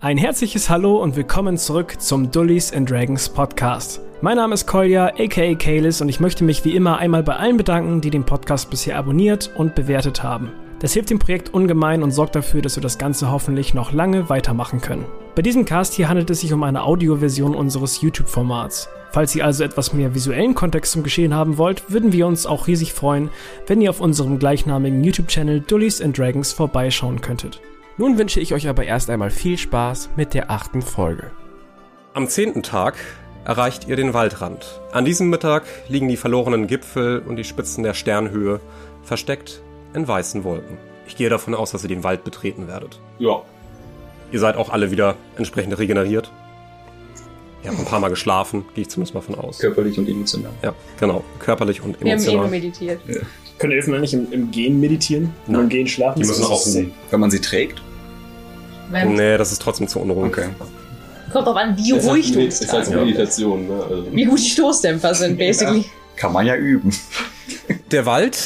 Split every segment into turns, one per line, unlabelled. Ein herzliches Hallo und willkommen zurück zum Dullies and Dragons Podcast. Mein Name ist Kolja, aka Kalis, und ich möchte mich wie immer einmal bei allen bedanken, die den Podcast bisher abonniert und bewertet haben. Das hilft dem Projekt ungemein und sorgt dafür, dass wir das Ganze hoffentlich noch lange weitermachen können. Bei diesem Cast hier handelt es sich um eine Audioversion unseres YouTube-Formats. Falls ihr also etwas mehr visuellen Kontext zum Geschehen haben wollt, würden wir uns auch riesig freuen, wenn ihr auf unserem gleichnamigen YouTube-Channel Dullies and Dragons vorbeischauen könntet.
Nun wünsche ich euch aber erst einmal viel Spaß mit der achten Folge.
Am zehnten Tag erreicht ihr den Waldrand. An diesem Mittag liegen die verlorenen Gipfel und die Spitzen der Sternhöhe versteckt in weißen Wolken. Ich gehe davon aus, dass ihr den Wald betreten werdet.
Ja.
Ihr seid auch alle wieder entsprechend regeneriert. Ihr habt ein paar Mal geschlafen, gehe ich zumindest mal von aus.
Körperlich und emotional.
Ja, genau. Körperlich und
Wir haben eh nur
emotional.
meditiert.
Können Elfen dann nicht im, im Gehen meditieren? Und
Nein.
im Gehen schlafen?
Die müssen
Das
auch
ist-
ruhen.
Wenn man sie trägt?
Weil-
Nee, das ist trotzdem zu unruhig.
Okay.
Kommt drauf an, wie
Ist halt
ruhig
Med-
du
Ist
bist.
halt
Ja.
Meditation, ne? Also,
Wie gut die Stoßdämpfer sind, basically.
Kann man ja üben.
Der Wald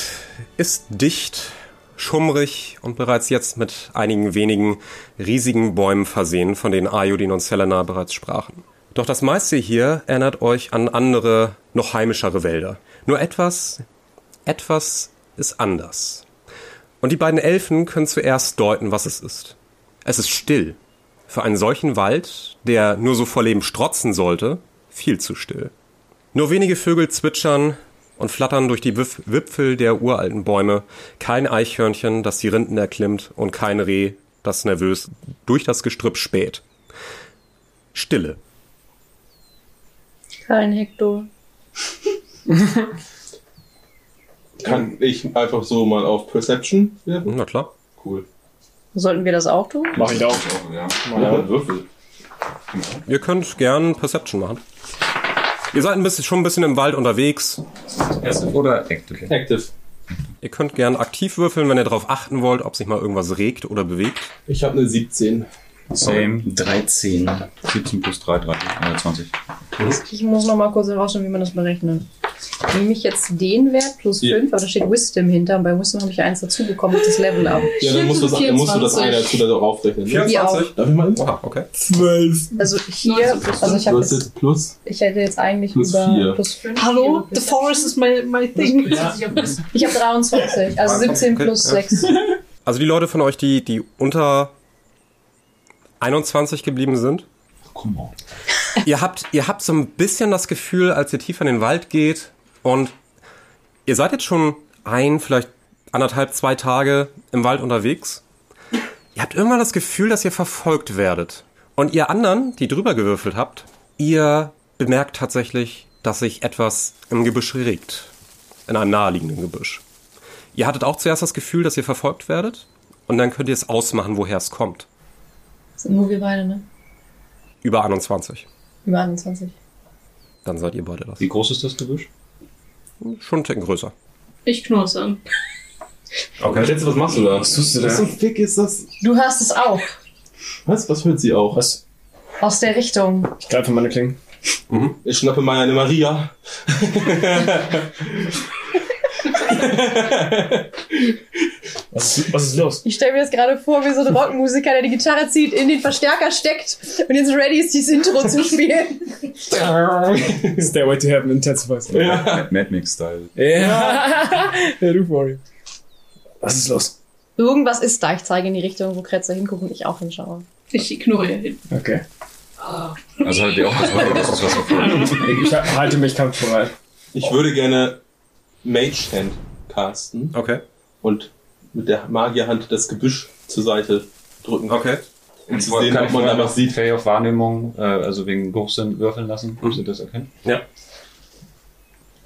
ist dicht, schummrig und bereits jetzt mit einigen wenigen riesigen Bäumen versehen, von denen Ayodin und Selena bereits sprachen. Doch das meiste hier erinnert euch an andere, noch heimischere Wälder. Nur etwas, etwas ist anders. Und die beiden Elfen können zuerst deuten, was es ist. Es ist still. Für einen solchen Wald, der nur so vor Leben strotzen sollte, viel zu still. Nur wenige Vögel zwitschern und flattern durch die Wif- Wipfel der uralten Bäume. Kein Eichhörnchen, das die Rinden erklimmt und kein Reh, das nervös durch das Gestrüpp späht. Stille.
Kein Hektor.
kann ich einfach so mal auf Perception werfen?
Na klar.
Cool.
Sollten wir das auch tun?
Mach ich auch.
Ja, ja Würfel.
Ihr könnt gern Perception machen. Ihr seid ein bisschen, schon ein bisschen im Wald unterwegs.
Oder active.
Active.
Ihr könnt gern aktiv würfeln, wenn ihr darauf achten wollt, ob sich mal irgendwas regt oder bewegt.
Ich habe eine 17.
Same. 13. 17 plus 3, 13, 21.
Ich muss noch mal kurz herausfinden, wie man das berechnet. Nehme ich jetzt den Wert plus
Ja.
5, aber da steht Wisdom hinter. Und bei Wisdom habe ich ja eins dazu bekommen, das Level up.
Ja, dann musst du das, dann musst du das
24.
eine dazu da drauf rechnen. Ne?
Wie auch.
Darf ich mal hin?
Oha, okay.
Also hier, also ich,
du
habe
hast
jetzt,
jetzt plus.
ich hätte jetzt eigentlich
Plus
über
vier.
plus 5.
Hallo, the forest is my, my thing.
Ich habe 23, also 17 plus 6.
Also die Leute von euch, die, die unter 21 geblieben sind,
Komm on.
ihr habt, ihr habt so ein bisschen das Gefühl, als ihr tiefer in den Wald geht und ihr seid jetzt schon ein, vielleicht anderthalb, zwei Tage im Wald unterwegs. Ihr habt irgendwann das Gefühl, dass ihr verfolgt werdet. Und ihr anderen, die drüber gewürfelt habt, ihr bemerkt tatsächlich, dass sich etwas im Gebüsch regt. In einem naheliegenden Gebüsch. Ihr hattet auch zuerst das Gefühl, dass ihr verfolgt werdet. Und dann könnt ihr es ausmachen, woher es kommt.
Sind nur wir beide, ne?
Über 21.
Über 21.
Dann seid ihr beide das.
Wie groß ist das Gebüsch?
Schon einen Ticken größer.
Ich knurr's an.
Okay. Schätze, was machst du da?
Was tust du da?
Was so dick ist das?
Du hörst es auch.
Was? Was hört sie auch?
Was?
Aus der Richtung.
Ich greife meine Klinge.
Ich schnappe mal eine Maria.
Was ist, was ist los?
Ich stelle mir das gerade vor, wie so ein Rockmusiker, der die Gitarre zieht, in den Verstärker steckt und jetzt ready ist, dieses Intro zu spielen.
Stairway to Heaven intensifies.
Ja.
Mad, Mad Mix Style.
Ja. ja, du Warrior. Was ist los?
Irgendwas ist da. Ich zeige in die Richtung, wo Kretzer hinguckt und ich auch hinschaue.
Ich ignoriere hin.
Okay.
Also halt ihr auch das Wort, das ist was verfolgt.
Ich ha- halte mich kampfbereit.
Ich würde gerne Mage Hand casten
Okay.
und mit der Magierhand das Gebüsch zur Seite drücken.
Okay.
Um zu sehen, ob man da was sieht.
Fair auf Wahrnehmung, äh, also wegen Geruchssinn würfeln lassen, ob sie das erkennen?
Ja.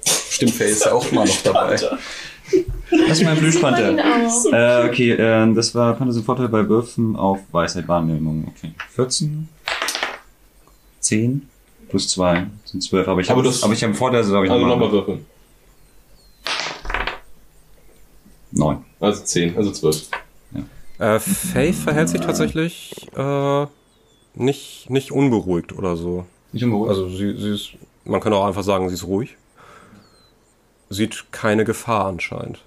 Stimmt, Fair ist auch mal noch dabei. Das ist mein Blüschpanther.
Genau.
Äh, okay, äh, das war Panther sind Vorteil bei Würfen auf Weisheit, Wahrnehmung. Okay. 14. 10 plus 2 sind 12, aber ich habe
Aber
aber
das-
ich habe einen Vorteil, also habe ich
Also
noch mal-
nochmal würfeln.
9.
Also 10, also 12.
Äh, Faith verhält sich tatsächlich äh, nicht, nicht unberuhigt oder so.
Ich bin beruhigt.
Also sie, sie ist, man kann auch einfach sagen, sie ist ruhig. Sieht keine Gefahr anscheinend.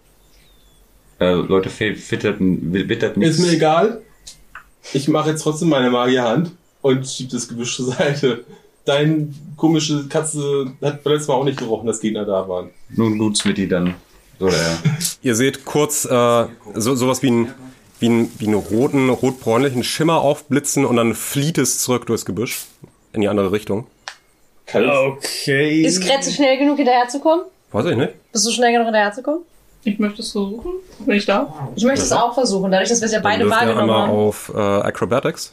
äh, Leute, Faye wittert, wittert
Ist
nichts.
mir egal. Ich mache jetzt trotzdem meine Magierhand und schieb das Gebüsch zur Seite. Dein komische Katze hat beim letzten Mal auch nicht gerochen, dass Gegner da waren.
Nun gut's mit die dann. Oder ja.
Ihr seht kurz äh, so, sowas wie ein wie einen, wie einen roten, rotbräunlichen Schimmer aufblitzen und dann flieht es zurück durchs Gebüsch in die andere Richtung.
Kann ich-
Okay.
Ist Gretze schnell genug hinterherzukommen?
Weiß ich nicht.
Bist du schnell genug hinterherzukommen?
Ich möchte es versuchen, wenn ich darf.
Ich möchte es auch versuchen, dadurch, dass wir es ja
Dann
beide
dürft ihr
wahrgenommen
einmal
haben.
auf äh, Acrobatics.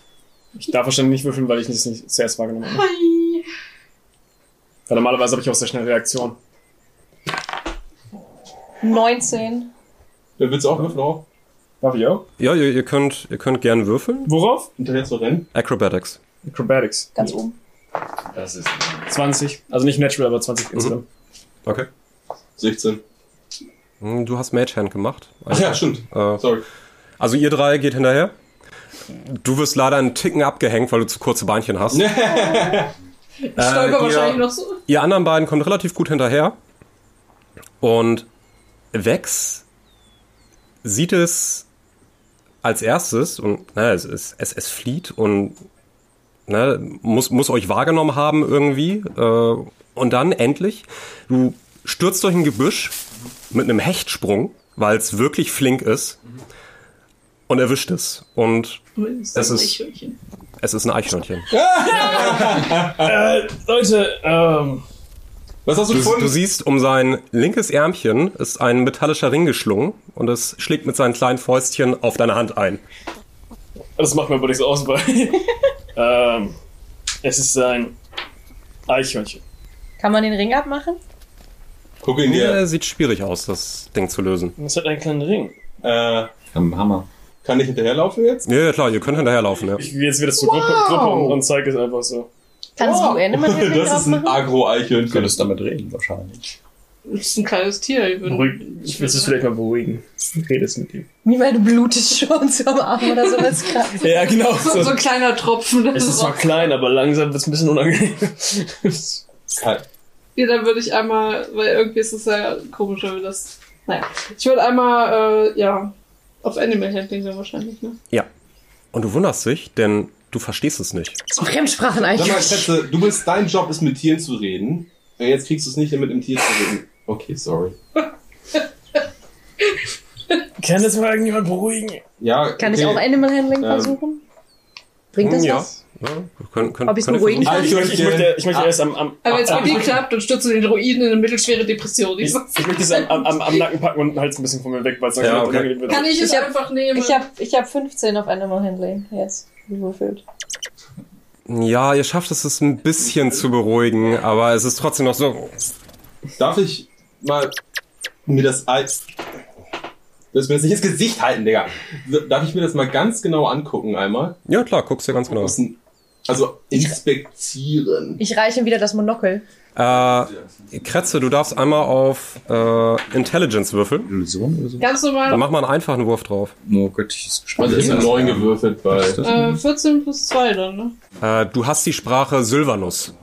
Ich darf wahrscheinlich nicht würfeln, weil ich es nicht zuerst wahrgenommen habe.
Hi.
Weil normalerweise habe ich auch sehr schnell Reaktion.
19.
Wer willst du auch würfeln auch?
Darf ich auch?
Ja, ihr, ihr könnt ihr könnt gern würfeln.
Worauf?
Hinterher zu rennen?
Acrobatics.
Acrobatics.
Ganz oben.
Das ist.
20. Also nicht natural, aber 20 insgesamt.
16.
Hm, Du hast Mage Hand gemacht.
Ach ja, stimmt.
Äh,
Sorry.
also ihr drei geht hinterher. Du wirst leider einen Ticken abgehängt, weil du zu kurze Beinchen hast. Äh,
Ich stolper
ihr-
wahrscheinlich noch so.
Ihr anderen beiden kommt relativ gut hinterher. Und Vex sieht es als erstes und na, es, es, es, es flieht und na, muss, muss euch wahrgenommen haben irgendwie. Äh, und dann endlich, du stürzt durch ein Gebüsch mit einem Hechtsprung, weil es wirklich flink ist und erwischt es. Und
Das
ist- es ist ein Eichhörnchen.
Äh, Leute, ähm,
Was hast du,
Du,
gefunden?
du siehst, um sein linkes Ärmchen ist ein metallischer Ring geschlungen und es schlägt mit seinen kleinen Fäustchen auf deine Hand ein.
das macht mir aber nichts aus, weil. ähm, es ist ein Eichhörnchen.
Kann man den Ring abmachen?
Guck ihn
Ja.
dir.
sieht schwierig aus, das Ding zu lösen.
Und es hat einen kleinen Ring.
Äh,
Am Hammer.
kann ich hinterherlaufen jetzt?
Ja, ja, klar, ihr könnt hinterherlaufen, ja.
Ich gehe jetzt wieder zur Gruppe, Gruppe und, und zeige es einfach so.
Kannst du Ende mal den Ring
Das
drauf
ist ein
machen?
Du
Agro-Eichhörnchen.
könntest damit reden, wahrscheinlich.
Das ist ein kleines Tier. Ich, würd-
Beruhig, ich will es vielleicht mal beruhigen. Redest mit ihm.
Wie mal, du blutest schon so am Arm oder so, wenn es kratzt.
Ja, genau.
so, so ein kleiner Tropfen. Das
Es ist
ist
zwar klein, aber langsam wird es ein bisschen unangenehm.
Kein-
ja, dann würde ich einmal, weil irgendwie ist es ja komischer, wenn das. Naja. Ich würde einmal, äh, ja, auf Animal Handling dann wahrscheinlich, ne?
Ja. Und du wunderst dich, denn du verstehst es nicht.
So
Sag
Fremdsprachen
mal,
eigentlich.
Schätze, du bist, dein Job ist mit Tieren zu reden. Ja, Jetzt kriegst du es nicht hin, mit einem Tier zu reden. Okay, sorry.
Kann das mal irgendjemand beruhigen?
Ja,
Kann
okay.
ich auch Animal Handling
Ähm.
versuchen? Bringt das
Hm, ja.
was?
ja wir können, können,
Ob ich's
können wir
beruhigen
versuchen.
Ah, Ich möchte, ich möchte, ich möchte
Ah.
erst am, am,
Aber wenn es
am,
irgendwie klappt, dann stürzt du in den Ruinen in eine mittelschwere Depression. Ich
ich,
sag's.
ich möchte es am, am, am, am Nacken packen und halt ein bisschen von mir weg, weil es
Ja, okay.
unangenehm wird.
Kann ich es
Ich hab-
einfach nehmen?
Ich hab, ich hab 15 auf Animal Handling jetzt gewürfelt.
Ja, ihr schafft es, es ein bisschen zu beruhigen, aber es ist trotzdem noch so.
Darf ich mal mir das als. Du wirst mir das nicht ins Gesicht halten, Digga. Darf ich mir das mal ganz genau angucken einmal?
Ja, klar, guckst dir ganz genau.
Aus dem- Also inspizieren.
Ich reiche ihm wieder das Monokel.
Äh, Kretze, du darfst einmal auf äh, Intelligence würfeln.
Illusion oder so?
Ganz
Dann
normal.
mach mal einen einfachen Wurf drauf.
Oh Gott, ich ist gespannt.
Also ist eine 9 gewürfelt bei.
Was ist das?
Äh,
Mhm.
14 plus 2 dann, ne?
Äh, du hast die Sprache Sylvanus.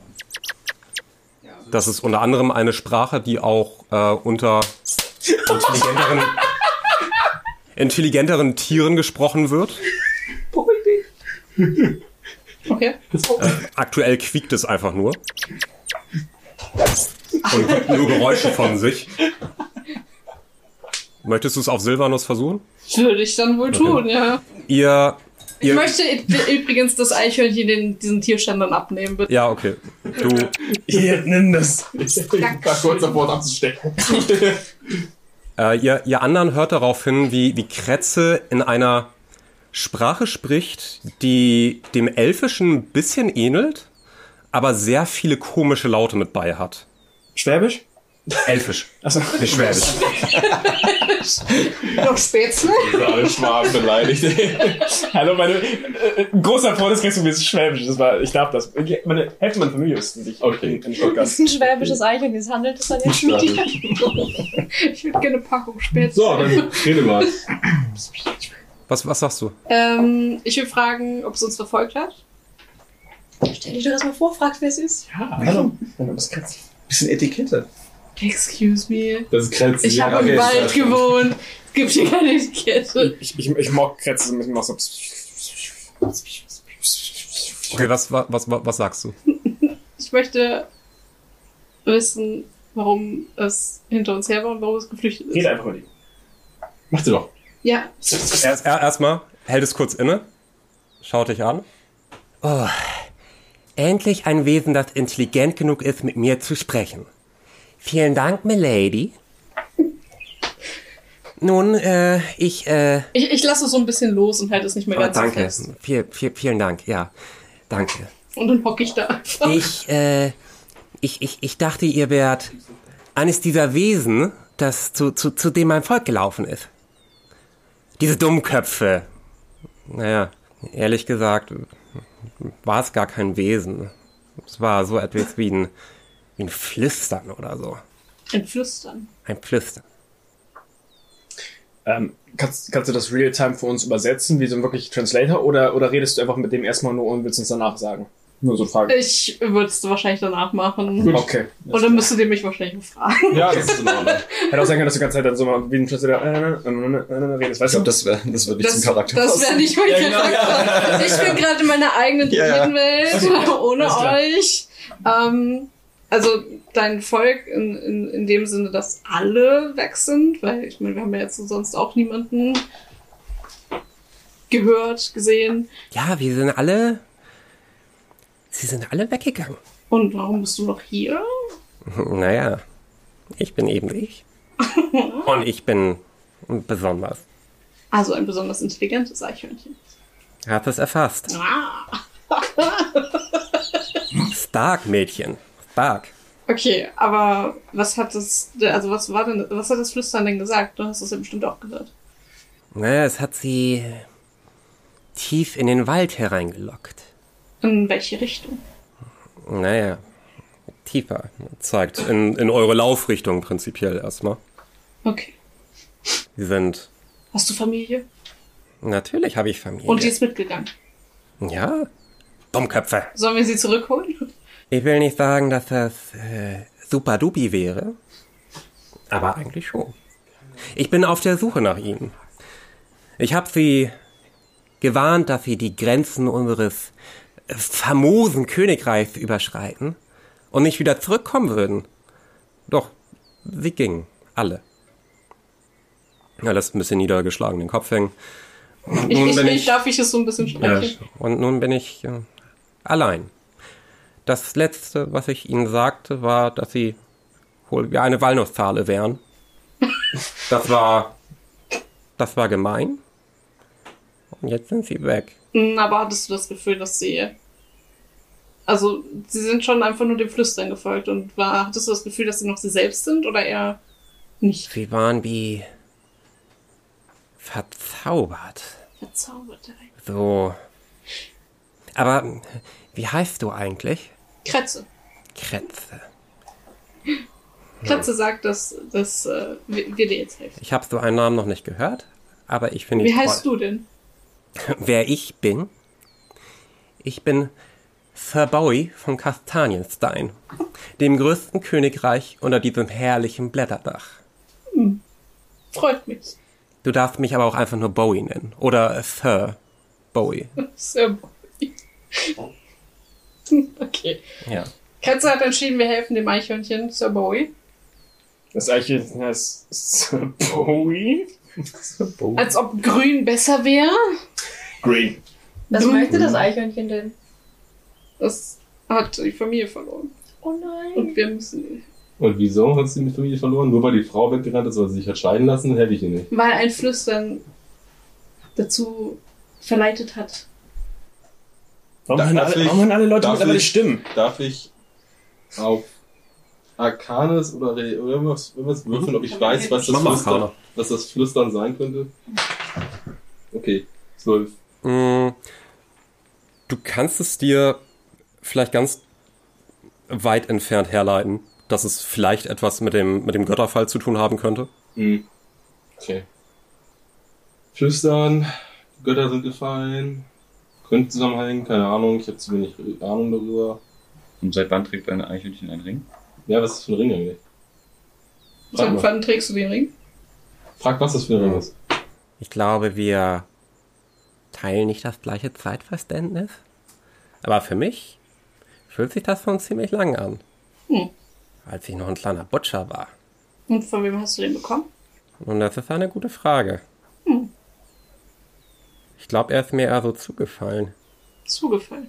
Das ist unter anderem eine Sprache, die auch äh, unter intelligenteren, intelligenteren Tieren gesprochen wird.
Okay.
Aktuell quiekt es einfach nur. Und gibt nur Geräusche von sich. Möchtest du es auf Sylvanus versuchen?
Würde ich dann wohl tun, ja.
Ihr.
Ich
ihr
möchte i- übrigens das Eichhörnchen den, diesen Tierstand dann abnehmen, bitte.
ja, okay. Du,
Hier, nimm das.
Ich war kurz davor, es abzustecken.
Äh, ihr, ihr anderen hört darauf hin, wie, wie Kretze in einer Sprache spricht, die dem Elfischen ein bisschen ähnelt, aber sehr viele komische Laute mit bei hat.
Schwäbisch?
Elfisch.
Achso.
Nicht Schwäbisch.
Noch Spätzle?
Alle Schwaben beleidigt.
Hallo, meine. Äh, äh, großer Freund ist gestern gewesen, Schwäbisch. Das war, ich darf das. Ich- Meine Hälfte meiner Familie ist nicht
Okay.
in, in Stuttgart.
Das ist ein schwäbisches Eichhörnchen, das handelt es dann jetzt mit dir.
Ich würde gerne eine Packung Spätzle.
So, dann rede mal.
Was, was sagst du?
Ähm, ich will fragen, ob es uns verfolgt hat.
Stell dich doch erstmal vor, frag, wer es ist.
Ah, hallo. Wenn du das kannst.
bisschen Etikette.
Excuse me.
Das grenzt
Ich habe im Wald gewohnt. Es gibt hier keine Etikette.
Ich, ich, ich mag Kretze so ein bisschen noch so.
Okay, was, wa- was, wa- was sagst du?
Ich möchte wissen, warum es hinter uns her war und warum es geflüchtet ist.
Red einfach mit ihm.
Mach sie doch.
Ja,
Erst- er- Erstmal, hält es kurz inne, schaut dich an.
Oh, Endlich ein Wesen, das intelligent genug ist, mit mir zu sprechen. Vielen Dank, Milady. Nun, äh, ich, äh,
ich, ich lasse es so ein bisschen los und halte es nicht mehr ganz so
danke.
fest.
Viel, viel, vielen Dank, ja. Danke.
Und dann hocke ich da einfach.
Ich, äh, ich, ich, ich dachte, ihr wärt eines dieser Wesen, das zu, zu, zu dem mein Volk gelaufen ist. Diese Dummköpfe. Naja, ehrlich gesagt, war es gar kein Wesen. Es war so etwas wie ein, wie ein Flüstern oder so.
Ein Flüstern.
Ein Flüstern.
Ähm, kannst, kannst du das Realtime für uns übersetzen, wie so ein wirklich Translator, oder, oder redest du einfach mit dem erstmal nur und willst uns danach sagen? Nur so eine Frage.
Ich würde es wahrscheinlich danach machen.
Okay.
Und dann müsstet ihr mich wahrscheinlich fragen.
Ja, das ist in Ordnung.
Hätte auch sein können, dass du die ganze Zeit dann so mal wie ein Translator äh, äh, äh, äh, äh, redest,
Ich
weißt du?
glaube, das, wär- das wird nicht
Das,
zum Charakter
das wäre nicht mein Charakter. Ich bin gerade in meiner eigenen
Ja, ja.
Welt, ohne
Alles klar.
euch. Ähm, also dein Volk in, in, in dem Sinne, dass alle weg sind, weil ich meine, wir haben ja jetzt sonst auch niemanden gehört, gesehen.
Ja, wir sind alle. Sie sind alle weggegangen.
Und warum bist du noch hier?
Naja, ich bin eben ich. Und ich bin besonders.
Also ein besonders intelligentes Eichhörnchen.
Hat es erfasst.
Ah,
Stark, Mädchen. Stark.
okay, aber was hat das, also was war denn, was hat das Flüstern denn gesagt? Du hast es ja bestimmt auch gehört.
Naja, es hat sie tief in den Wald hereingelockt.
In welche Richtung?
Naja, tiefer.
Zeigt in, in eure Laufrichtung prinzipiell erstmal.
Okay.
Sie sind.
Hast du Familie?
Natürlich habe ich Familie.
Und die ist mitgegangen.
ja? Dummköpfe.
Sollen wir sie zurückholen?
Ich will nicht sagen, dass das äh, super dubi wäre. Aber eigentlich schon. Ich bin auf der Suche nach ihnen. Ich habe sie gewarnt, dass sie die Grenzen unseres äh, famosen Königreichs überschreiten und nicht wieder zurückkommen würden. Doch, sie gingen. Alle.
Er lässt ein bisschen niedergeschlagen den Kopf hängen.
Ich,
Nun
ich,
bin
ich,
ich-
darf ich es so ein bisschen streichen.
Und nun bin ich äh, allein. Das letzte, was ich ihnen sagte, war, dass sie wohl wie eine Walnussschale wären. Das war, das war gemein. Und jetzt sind sie weg.
Hm, Aber hattest du das Gefühl, dass sie. Also, sie sind schon einfach nur dem Flüstern gefolgt und war, hattest du das Gefühl, dass sie noch sie selbst sind oder eher nicht
Sie waren wie verzaubert.
verzaubert?
So. Aber äh, wie heißt du eigentlich?
Kretze.
Kretze.
Kretze sagt, dass, dass äh, wir, wir dir jetzt helfen.
Ich habe so einen Namen noch nicht gehört, aber ich finde
Wie
ihn
heißt
toll.
du denn?
Wer ich bin? Ich bin Sir Bowie von Kastanienstein, dem größten Königreich unter diesem herrlichen Blätterdach.
Freut mich.
Du darfst mich aber auch einfach nur Bowie nennen. Oder Sir Bowie.
Sehr boy. okay.
Ja.
Kretze hat entschieden, wir helfen dem Eichhörnchen, Sir Bowie.
Das Eichhörnchen heißt Sir Bowie.
Als ob grün besser wäre.
Green.
Was
Dumm.
möchte das Eichhörnchen denn?
Das hat die Familie verloren.
Oh nein.
Und wir müssen.
Und wieso hat sie die Familie verloren? Nur weil die Frau weggerannt ist, weil sie sich hat scheiden lassen, hätte ich ihn nicht.
Weil ein Flüstern dazu verleitet hat.
Warum,
Darf
haben alle,
ich-
warum haben alle Leute
darf
mittlerweile
ich-
Stimmen?
Darf ich auf Arcanes oder Re- oder irgendwas, irgendwas würfeln, ob ich weiß, was das,
Mhm. Mach mal
Flüstern,
Arcana.
was das Flüstern sein könnte? Okay, zwölf.
Mm, Du kannst es dir vielleicht ganz weit entfernt herleiten, dass es vielleicht etwas mit dem, mit dem Götterfall zu tun haben könnte.
Mhm. Okay. Flüstern, Götter sind gefallen, könnte zusammenhängen, keine Ahnung, ich habe zu wenig Ahnung darüber.
Und seit wann trägt ein Eichhörnchen einen Ring?
Ja, was ist das für ein Ring eigentlich? Frag,
Seit
mal.
wann trägst du den Ring?
Frag was das für ein Ring ist.
Ich glaube, wir teilen nicht das gleiche Zeitverständnis. Aber für mich fühlt sich das schon ziemlich lang an.
Hm.
Als ich noch ein kleiner Butcher war.
Und von wem hast du den bekommen?
Und das ist eine gute Frage. Ich glaube, er ist mir eher so zugefallen.
Zugefallen.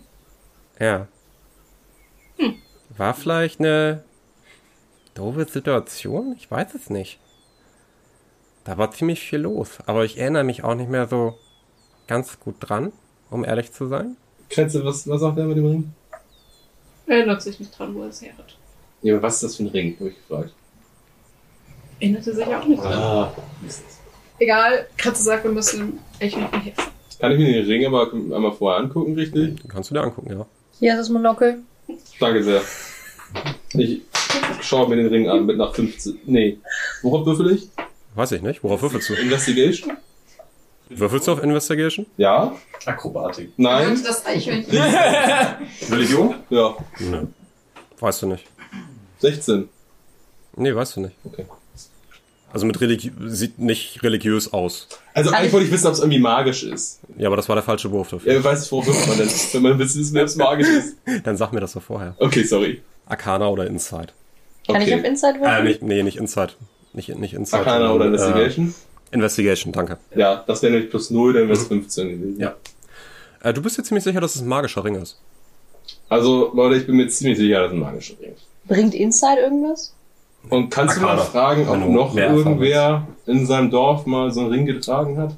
Ja. War vielleicht eine doofe Situation? Ich weiß es nicht. Da war ziemlich viel los, aber ich erinnere mich auch nicht mehr so ganz gut dran, um ehrlich zu sein.
Kretze, was, was sagt er mit dem Ring?
Erinnert sich nicht dran, wo er es her hat.
Ja, aber was ist das für ein Ring, habe ich gefragt.
Erinnerte sich auch nicht dran.
Ah.
Egal, Kratze sagt, wir müssen echt nicht mehr helfen.
Kann ich mir den Ring aber einmal vorher angucken, richtig?
Kannst du dir angucken, ja.
Hier ist das Monokel.
Danke sehr. Ich schaue mir den Ring an mit nach 15. Nee. Worauf würfel ich?
Weiß ich nicht. Worauf würfelst du?
Investigation?
Würfelst du auf Investigation?
Ja?
Akrobatik.
Nein?
Das Eichhörnchen.
Religion?
Ja.
Weißt du nicht.
16.
Nee, weißt du nicht.
Okay.
Also mit Religi sieht nicht religiös aus.
Also eigentlich wollte ich wissen, ob es irgendwie magisch ist.
Ja, aber das war der falsche Wurf dafür.
Ja, wer weiß, worauf wirft man denn? Wenn man wissen will, ob es magisch ist.
Dann sag mir das doch vorher.
Okay, sorry.
Arcana oder Inside?
Kann ich auf
Okay.
Inside
Äh,
werfen?
nicht, nee, nicht Inside. Nicht, nicht Inside.
Arcana oder
sondern,
Investigation?
Äh, Investigation, danke.
Ja, das wäre nämlich plus 0, dann wäre es 15 gewesen.
Ja. Äh, du bist dir ziemlich sicher, dass es ein magischer Ring ist.
Also, Leute, ich bin mir ziemlich sicher, dass es ein magischer Ring ist.
Bringt Inside irgendwas?
Und kannst du mal
Arcana.
fragen, ob
Wenn du
noch
mehr Erfahrung
irgendwer in seinem Dorf mal so einen Ring getragen hat?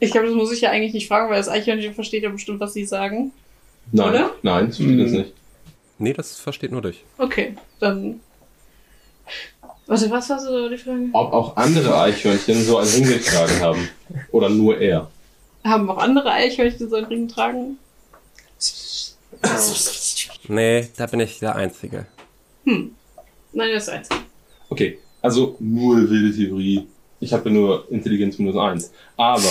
Ich glaube, das muss ich ja eigentlich nicht fragen, weil das Eichhörnchen versteht ja bestimmt, was sie sagen.
Nein.
Oder?
Nein, das stimmt jetzt
Mhm.
nicht.
Nee, das versteht nur dich.
Okay, dann. Warte, was war so die Frage?
Ob auch andere Eichhörnchen so einen Ring getragen haben. Oder nur er.
Haben auch andere Eichhörnchen so einen Ring tragen?
Nee, da bin ich der Einzige.
Nein, das ist eins.
Okay, also nur wilde Theorie. Ich habe nur Intelligenz minus eins. Aber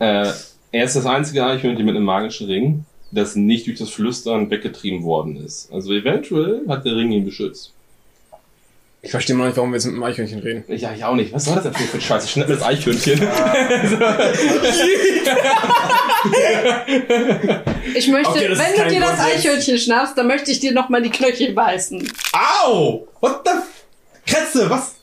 äh, er ist das einzige Eichhörnchen mit einem magischen Ring, das nicht durch das Flüstern weggetrieben worden ist. Also eventuell hat der Ring ihn beschützt.
Ich verstehe noch nicht, warum wir jetzt mit dem Eichhörnchen reden.
Ich, ja, ich auch nicht. Was soll das denn für ein Scheiß? Ich schnapp mir das Eichhörnchen.
Ich möchte,
Okay, das
wenn
ist
du
kein
dir das
Konsens.
Eichhörnchen schnappst, dann möchte ich dir nochmal die Knöchel beißen.
Au! Oh, What the... f- Kretze, was?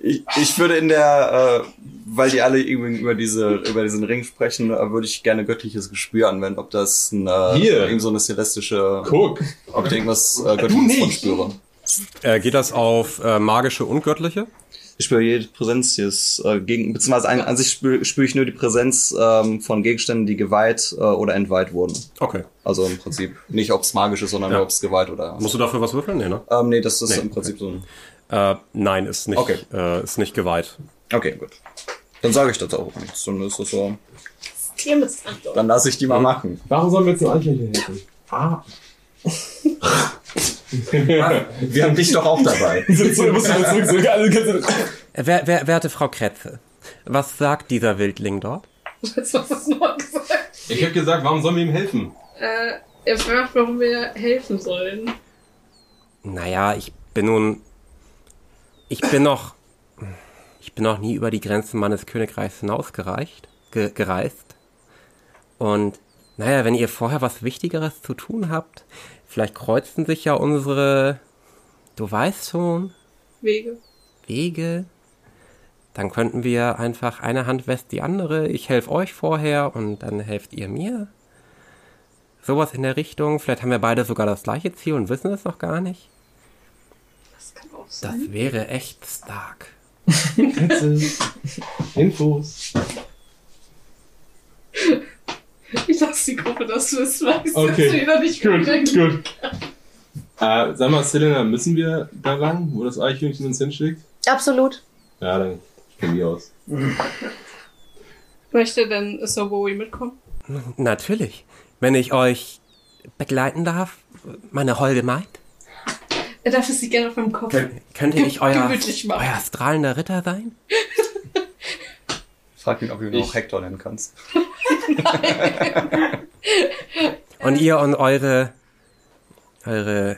Ich, ich würde in der, äh, weil die alle irgendwie über diese, über diesen Ring sprechen, äh, würde ich gerne göttliches Gespür anwenden, ob das ein, äh,
Hier.
irgend so eine celestische,
Guck.
ob ich irgendwas äh, göttliches von
nicht.
spüre.
Äh, geht das auf äh, magische und göttliche?
Ich spüre jede Präsenz, die es äh, gegen, beziehungsweise an, an sich spüre, spüre ich nur die Präsenz ähm, von Gegenständen, die geweiht äh, oder entweiht wurden.
Okay.
Also im Prinzip nicht, ob es magisch ist, sondern
Ja.
nur, ob es geweiht oder.
Musst du dafür was würfeln? Nee, ne?
Ähm, nee, das ist
Nee,
im Prinzip so ein.
Äh, nein, ist nicht,
Okay.
äh, ist nicht geweiht.
Okay, gut. Dann sage ich das auch nichts. Dann ist das so.
Hier mit dran.
Dann lasse ich die mal machen.
Warum sollen wir jetzt ein Eichhörnchen helfen? Ah.
Wir haben dich doch auch dabei.
Äh, wer, wer, werte Frau Kretze, was sagt dieser Wildling dort?
Das war das Wort gesagt.
Ich habe gesagt, warum sollen wir ihm helfen?
Äh, er fragt, warum wir helfen sollen.
Naja, ich bin nun. Ich bin noch. Ich bin noch nie über die Grenzen meines Königreichs hinausgereicht. Ge, gereist. Und, naja, wenn ihr vorher was Wichtigeres zu tun habt, vielleicht kreuzen sich ja unsere. Du weißt schon,
Wege.
Wege. Dann könnten wir einfach eine Hand wäscht die andere. Ich helfe euch vorher und dann helft ihr mir. Sowas in der Richtung. Vielleicht haben wir beide sogar das gleiche Ziel und wissen es noch gar nicht.
Das kann auch sein.
Das wäre echt stark.
Infos.
Ich lasse die Gruppe das wissen, weil ich
Okay.
okay. wieder nicht
Gut,
gut.
gut. Äh, sag mal, Selena, müssen wir da lang, wo das Eichhörnchen uns hinschickt?
Absolut.
Ja, dann gehen wir aus.
Möchte denn äh, Sir Wowie mitkommen?
Natürlich. Wenn ich euch begleiten darf, meine holde Maid,
Er Äh, darf es sich gerne auf meinem Kopf.
könnte ich euer,
Gemütlich machen.
euer strahlender Ritter sein?
Frag ihn, ob du ihn auch Hector nennen kannst.
Und ihr und eure, eure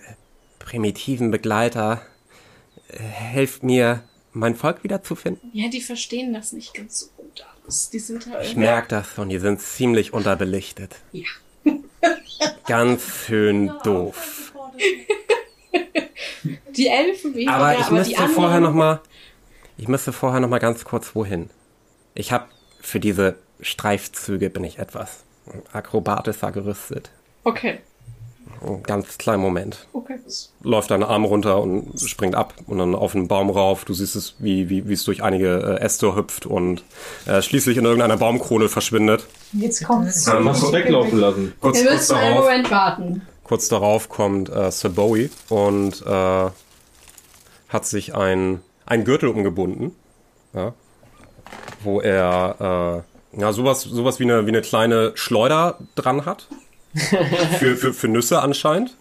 primitiven Begleiter äh, helft mir, mein Volk wiederzufinden?
Ja, die verstehen das nicht ganz so gut alle. Das- Die sind
Ich
halt.
merke das schon, die sind ziemlich unterbelichtet.
Ja.
Ganz schön doof.
Die Elfen weniger,
Aber ich
die
müsste
anderen.
vorher noch mal, ich müsste vorher noch mal ganz kurz wohin. Ich habe für diese Streifzüge bin ich etwas akrobatischer gerüstet.
Okay,
Ein ganz kleinen Moment.
okay.
läuft deinen Arm runter und springt ab und dann auf einen Baum rauf. Du siehst es, wie, wie, wie es durch einige äh, Äste hüpft und äh, schließlich in irgendeiner Baumkrone verschwindet.
Jetzt kommt's.
Dann hast du es weglaufen lassen.
Kurz,
Wir
kurz,
müssen einen
darauf,
Moment warten.
kurz darauf kommt äh, Sir Bowie und äh, hat sich ein, ein Gürtel umgebunden, ja, wo er äh, ja, sowas, sowas wie, eine, wie eine kleine Schleuder dran hat. für, für, für Nüsse anscheinend.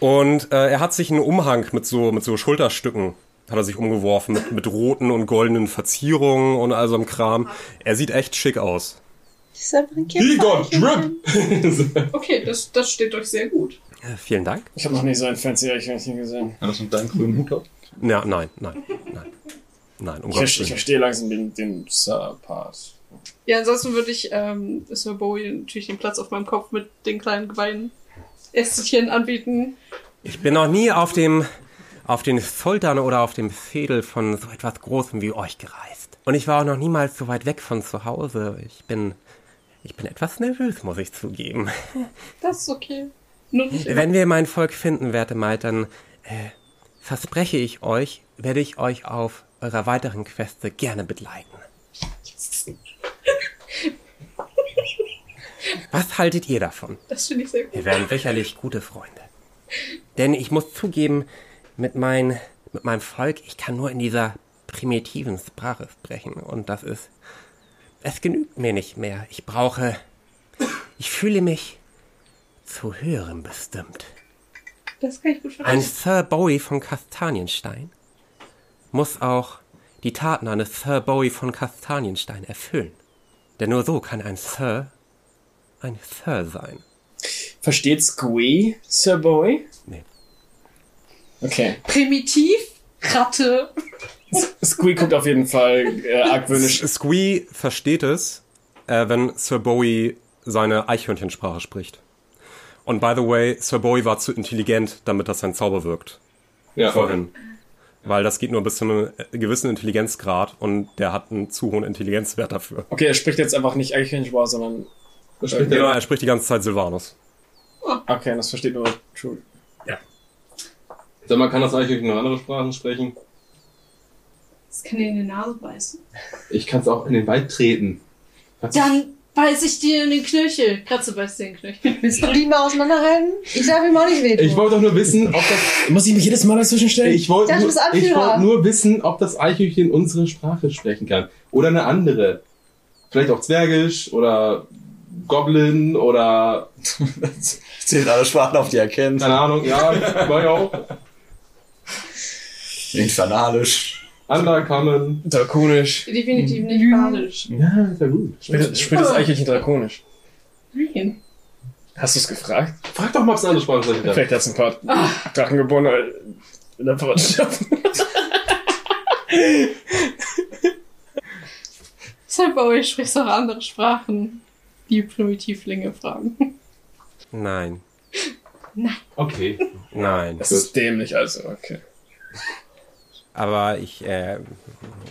Und äh, er hat sich einen Umhang mit so, mit so Schulterstücken, hat er sich umgeworfen, mit, mit roten und goldenen Verzierungen und all so einem Kram. Er sieht echt schick aus.
He got drip!
Okay, das, das steht euch sehr gut.
Äh, vielen Dank.
Ich habe noch nie so ein fancy Eichhörnchen gesehen.
Hat das mit deinem grünen Hut auf?
Ja, nein, nein, nein. Nein, um Gottes
Ich, verstehe- ich
Willen.
verstehe langsam den, den Sir-Part.
Ja, ansonsten würde ich ähm, Sir Bowie natürlich den Platz auf meinem Kopf mit den kleinen geweihten Ästchen anbieten.
Ich bin noch nie auf dem auf den Schultern oder auf dem Fädel von so etwas Großem wie euch gereist. Und ich war auch noch niemals so weit weg von zu Hause. Ich bin ich bin etwas nervös, muss ich zugeben.
Das ist okay. Nur nicht
Wenn wir mein Volk finden, werte Maid, dann äh, verspreche ich euch, werde ich euch auf eurer weiteren Queste gerne begleiten. Was haltet ihr davon?
Das finde ich sehr gut.
Wir werden sicherlich gute Freunde. Denn ich muss zugeben, mit, mein, mit meinem Volk, ich kann nur in dieser primitiven Sprache sprechen. Und das ist. Es genügt mir nicht mehr. Ich brauche. Ich fühle mich zu höherem bestimmt.
Das kann ich gut
Ein
verstehen.
Sir Bowie von Kastanienstein muss auch die Taten eines Sir Bowie von Kastanienstein erfüllen. Denn nur so kann ein Sir ein Sir sein.
Versteht Squee, Sir Bowie?
Nee.
Okay.
Primitiv, Ratte.
Squee guckt auf jeden Fall äh, argwöhnisch.
Squee versteht es, äh, wenn Sir Bowie seine Eichhörnchensprache spricht. Und by the way, Sir Bowie war zu intelligent, damit das sein Zauber wirkt.
Ja,
Vorhin. Weil das geht nur bis zu einem äh, gewissen Intelligenzgrad und der hat einen zu hohen Intelligenzwert dafür.
Okay, er spricht jetzt einfach nicht Eichhörnchen, sondern.
Das spricht
Genau,
er.
er spricht die ganze Zeit Silvanus.
Okay, das versteht nur True.
Sag mal, kann das eigentlich in andere Sprachen sprechen?
Das kann dir in die Nase beißen.
Ich kann es auch in den Wald treten. Was-
Dann beiß ich dir in den Knöchel. Kratze beißt dir in den Knöchel.
Willst du die mal auseinanderhalten? Ich darf ihm auch nicht wehtun.
Ich wollte doch nur wissen, ob das.
Muss ich mich jedes Mal dazwischen stellen?
Äh, Ich wollte
Darf
nur,
ich das Anführer?
ich wollte nur wissen, ob das Eichhörnchen unsere Sprache sprechen kann. Oder eine andere. Vielleicht auch Zwergisch oder Goblin oder.
Zählt alle Sprachen auf, die er kennt.
Keine Ahnung, ja, war ja auch.
Infernalisch.
Undercommon.
Drakonisch.
Definitiv nicht badisch.
Ja, ist ja gut.
Spricht spricht das Eichhörnchen drakonisch?
Nein.
Hast du es gefragt?
Frag doch mal, ob es eine andere Sprache sprechen kann.
Vielleicht hat es ein paar Drachengeborene äh, in der Verwandtschaft.
Deshalb bei euch sprichst du auch andere Sprachen. Die Primitivlinge fragen.
Nein,
Okay.
nein.
Das ist dämlich, also, okay.
Aber ich, äh,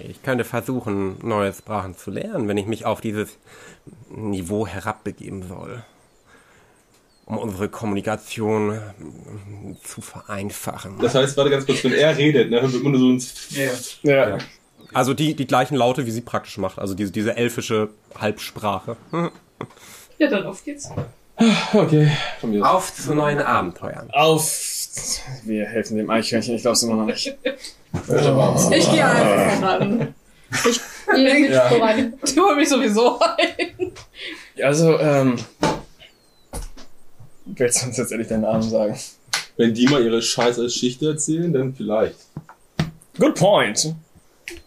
ich könnte versuchen, neue Sprachen zu lernen, wenn ich mich auf dieses Niveau herabbegeben soll. Um unsere Kommunikation
hm,
äh, zu vereinfachen.
Das heißt, warte ganz kurz, wenn er redet, ne, wird man nur so ein.
Ja.
Also die, die gleichen Laute, wie sie praktisch macht. Also diese, diese elfische Halbsprache.
Ja, dann auf geht's.
Okay, von mir. aus.
Auf zu neuen Abenteuern.
Auf! Wir helfen dem Eichhörnchen, ich glaube es immer noch nicht.
Ich gehe
Ah.
einfach voran. Ich gehe nicht voran. Die holen mich sowieso ein.
Also, ähm. Willst du uns jetzt endlich deinen Namen sagen?
Wenn die mal ihre Scheiß als Geschichte erzählen, dann vielleicht.
Good point!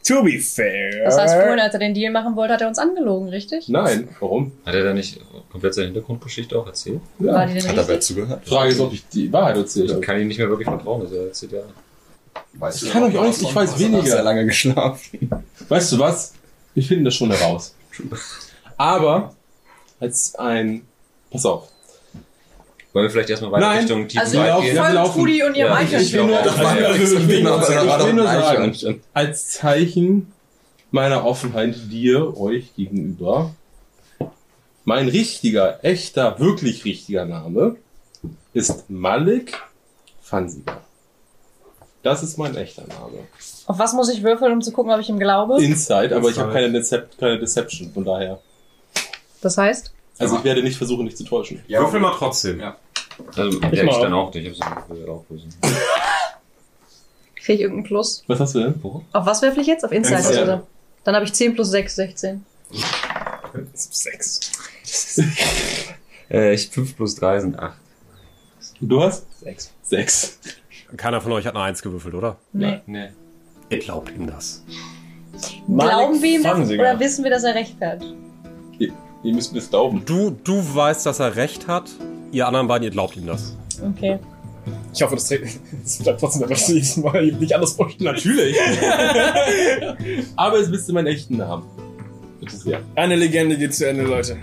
To be fair.
das heißt, vorhin, als er den Deal machen wollte, hat er uns angelogen, richtig?
Nein, warum?
Hat er da nicht komplett seine Hintergrundgeschichte auch erzählt?
War die denn
Hat dabei
richtig?
zugehört?
Die Frage ist, ob ich die Wahrheit
Ich
erzähle.
kann ihm nicht mehr wirklich vertrauen, dass er erzählt ja.
Ich kann euch auch nicht, ich weiß weniger.
lange geschlafen.
Weißt du was? Wir finden das schon heraus. Aber als ein. Pass auf.
Wollen wir vielleicht erstmal weiter
Nein.
Richtung tiefen
Also,
Wald
laufen-
gehen? Also,
wir
Voll
laufen.
Trudi und ihrem
Ja,
Ich
Eichhörnchen.
will nur, Also,
Ich glaub auch.
ich will nur, ich will nur sagen,
Eichhörnchen.
als Zeichen meiner Offenheit dir, euch gegenüber, mein richtiger, echter, wirklich richtiger Name ist Malik Fansiger. Das ist mein echter Name.
Auf was muss ich würfeln, um zu gucken, ob ich ihm glaube?
Inside, aber ich habe keine, Decept, keine Deception, von daher.
Das heißt?
Also ich werde nicht versuchen, dich zu täuschen.
Würfel mal trotzdem.
Ja. Also, ja,
Ich
ich
mal.
dann auch nicht. Ich hab's will auch wissen.
Kriege ich irgendeinen Plus?
Was hast du denn?
Auf was werfe ich jetzt? Auf Insight,
Insight.
oder? Dann habe ich 10 plus 6, 16.
Sechs.
Äh, ich, 5 plus 3 sind 8.
Du hast? Sechs. Sechs.
Keiner von euch hat eine Eins gewürfelt, oder?
Nee.
Nee.
Ihr glaubt ihm das.
Glauben wir ihm das,
Fansinger.
oder wissen wir, dass er recht hat?
Ihr, ihr müsst mir es glauben.
Du, du weißt, dass er recht hat. Ihr anderen beiden, ihr glaubt ihm das.
Okay.
Ich hoffe, das, trägt- das bleibt trotzdem dabei, dass ich es mal nicht anders vorstellen.
Natürlich. Aber jetzt bist du meinen echten Namen. Bitte sehr.
Eine Legende geht zu Ende, Leute.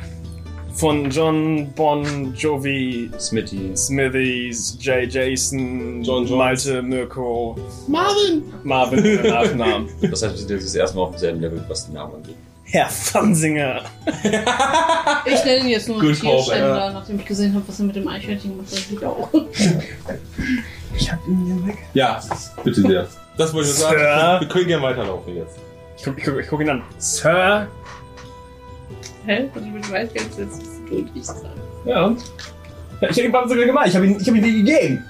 Von John Bon Jovi,
Smitty.
Smithies, Jay Jason,
John Jones.
Malte, Mirko, Marvin, Marvin mit Nachnamen.
Das heißt, wir sind jetzt das erste Mal auf demselben Level, was den Namen angeht.
Herr Fansinger.
Ich nenne ihn jetzt nur
Good hope,
Tierständer, nachdem ich gesehen habe, was er mit dem Eichhörnchen gemacht hat. Ich auch.
Ja, bitte sehr. Das wollte ich nur
Sir.
sagen. Wir können gerne weiterlaufen jetzt.
Ich guck, ich, guck, ich guck ihn an. Sir?
Hä? Und mit Waldgeld jetzt tut ich sagen.
Ja. Ja, Ich hab ihn beim sogar gemacht. Ich hab ihn, ich hab ihn dir gegeben.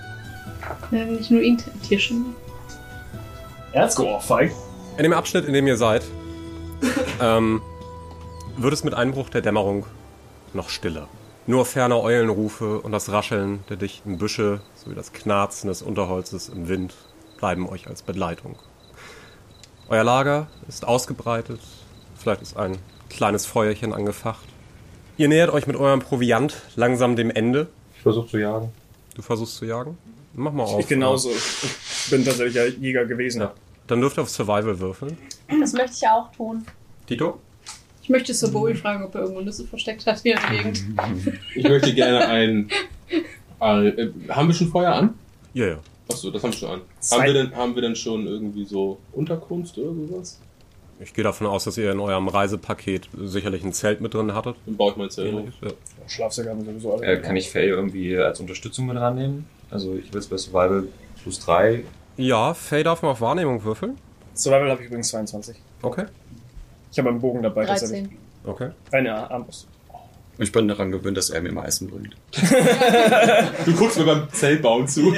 Ja, nicht nur ihn T- Tierständer.
Erzgeohrfeig.
In dem Abschnitt, in dem ihr seid, ähm, wird es mit Einbruch der Dämmerung noch stiller. Nur ferne Eulenrufe und das Rascheln der dichten Büsche sowie das Knarzen des Unterholzes im Wind bleiben euch als Begleitung. Euer Lager ist ausgebreitet, vielleicht ist ein kleines Feuerchen angefacht. Ihr nähert euch mit eurem Proviant langsam dem Ende.
Ich versuche zu jagen.
Du versuchst zu jagen? Mach mal auf.
Ich genauso. Ich bin tatsächlich ein Jäger gewesen.
Ja. Dann dürft ihr auf Survival würfeln.
Das möchte ich ja auch tun.
Tito?
Ich möchte Sir
Mhm.
Bowie fragen, ob er irgendwo Nüsse versteckt hat hier in der Gegend.
Ich möchte gerne ein. ein äh, haben wir schon Feuer an?
Ja, ja.
Achso, das haben wir schon an. Haben
Zwei-
wir, denn, haben wir denn schon irgendwie so Unterkunft oder sowas?
Ich gehe davon aus, dass ihr in eurem Reisepaket sicherlich ein Zelt mit drin hattet.
Dann baue ich mal ein Zelt.
Ähnliches, ja.
Schlafsäcke haben sowieso alle.
Äh, kann ich Faye irgendwie als Unterstützung mit rannehmen? Also, ich will es bei Survival plus 3.
Ja, Faye darf mal auf Wahrnehmung würfeln.
Survival habe ich übrigens 22.
Okay.
Ich habe einen Bogen dabei. tatsächlich.
Okay.
13.
Eine Armbrust.
Ich bin daran gewöhnt, dass er mir mal Essen bringt.
Du guckst mir beim Zeltbauen zu.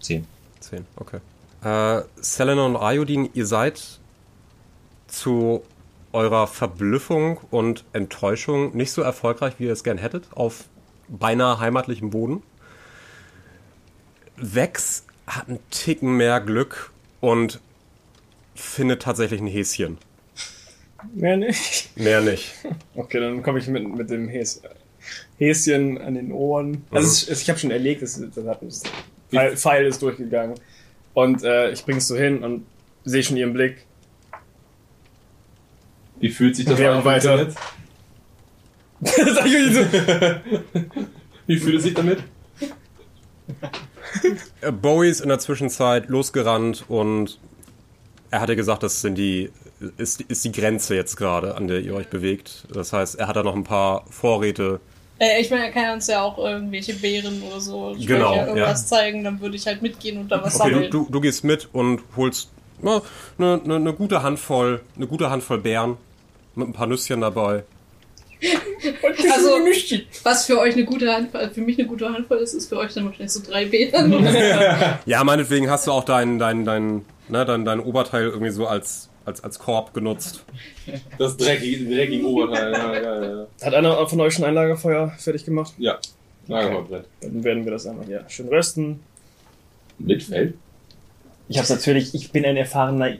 10.
Zehn. Okay. Äh, Selena und Ayodin, ihr seid zu eurer Verblüffung und Enttäuschung nicht so erfolgreich, wie ihr es gern hättet, auf beinahe heimatlichem Boden. Vex hat einen Ticken mehr Glück und findet tatsächlich ein Häschen.
Mehr nicht.
Mehr nicht.
Okay, dann komme ich mit, mit dem Häs Häschen an den Ohren. Also es, es, ich habe schon erlegt, es, das hat es, Pfeil, Pfeil ist durchgegangen. Und äh, ich bringe es so hin und sehe schon ihren Blick.
Wie fühlt sich das
Wir
an?
weiter.
Jetzt?
Sag ich euch so.
Wie fühlt es sich damit?
Äh, Bowie ist in der Zwischenzeit losgerannt und er hatte gesagt, das sind die, ist, ist die Grenze jetzt gerade, an der ihr euch bewegt. Das heißt, er hat da noch ein paar Vorräte.
Äh, ich meine, er kann uns ja auch irgendwelche Beeren oder so sprich,
Genau,
ja, irgendwas
ja.
zeigen, dann würde ich halt mitgehen und da was
Okay, du,
sammeln.
du, du gehst mit und holst eine ne, ne, ne gute Handvoll, eine gute Handvoll Beeren mit ein paar Nüsschen dabei.
Also, was für euch eine gute Handvoll, für mich eine gute Handvoll ist, ist für euch dann wahrscheinlich so drei Beeren.
Ja, meinetwegen hast du auch dein, dein, dein, ne, dein, dein Oberteil irgendwie so als, als, als Korb genutzt.
Das dreckige, dreckige Oberteil. Ja, ja, ja.
Hat einer von euch schon ein Lagerfeuer fertig gemacht?
ja. Lagerholzbrett.
Dann werden wir das einmal hier schön rösten.
Mit Fell?
Ich habe natürlich, ich bin ein erfahrener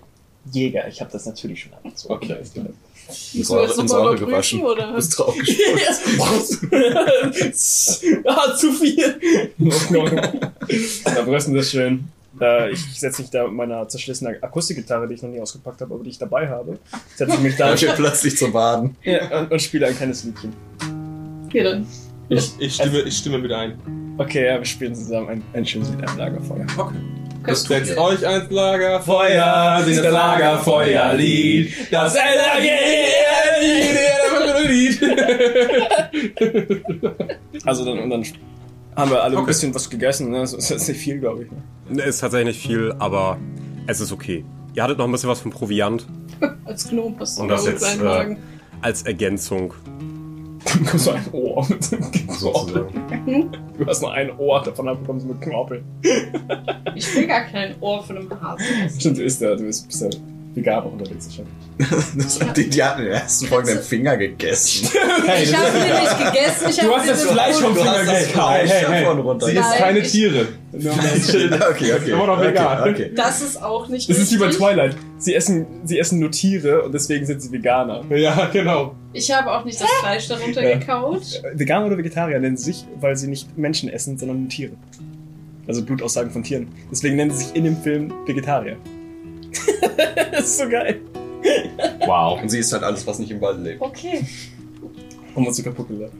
Jäger. Ich habe das natürlich schon angezogen.
Okay, ist klar.
Müssen wir das
Säure- in
nochmal
Säure
überprüfen,
gewaschen.
oder?
Ist drauf gesprungen.
ah, zu viel. da rösten wir das schön. Äh, ich setze mich da mit meiner zerschlissenen Akustikgitarre, die ich noch nie ausgepackt habe, aber die ich dabei habe, setze ich mich da
Dann steht plötzlich zum Baden.
ja, und, und spiele ein kleines Liedchen.
Hier dann.
Ich, ich, stimme, ich stimme mit ein.
Okay, ja, wir spielen zusammen ein, ein schönes Lied, ein Lagerfeuer.
Das setzt euch ans Lagerfeuer,
Feuer,
singt das Lagerfeuerlied.
das
Also dann, und dann haben wir alle ein bisschen was gegessen, ne? Das ist jetzt nicht viel, glaube ich. Ne?
Ne, Ist tatsächlich nicht viel, aber es ist okay. Ihr hattet noch ein bisschen was vom Proviant
Als Gnome passt
und das
gut
jetzt
rein,
äh,
Wagen.
als Ergänzung.
so ein Ohr mit einem Knorpel. Du hast nur ein Ohr, davon abbekommen sie mit Knorpel.
Ich will gar kein Ohr von einem Hasen.
Stimmt, du isst ja, du bist, bist ja vegan auch unterwegs wahrscheinlich.
Das hat die, die hatten in der ersten Folge den Finger gegessen.
Ich habe den nicht gegessen. Ich hab den so gut-
Finger
Hey, hey, hey.
runter.
Sie ist
Nein,
keine
ich-
Tiere.
Okay, okay.
Immer noch vegan.
Okay, okay.
Das ist auch nicht
Das ist wie bei
richtig.
Twilight. Sie essen, sie essen nur Tiere und deswegen sind sie Veganer.
Ja, genau.
Ich habe auch nicht das Fleisch darunter
Ja.
gekaut.
Veganer oder Vegetarier nennen sie sich, weil sie nicht Menschen essen, sondern nur Tiere. Also Blutaussagen von Tieren. Deswegen nennen sie sich in dem Film Vegetarier. das ist so geil.
Wow. Und sie ist halt alles, was nicht im Wald lebt.
Okay,
Haben wir uns so kaputt gelacht.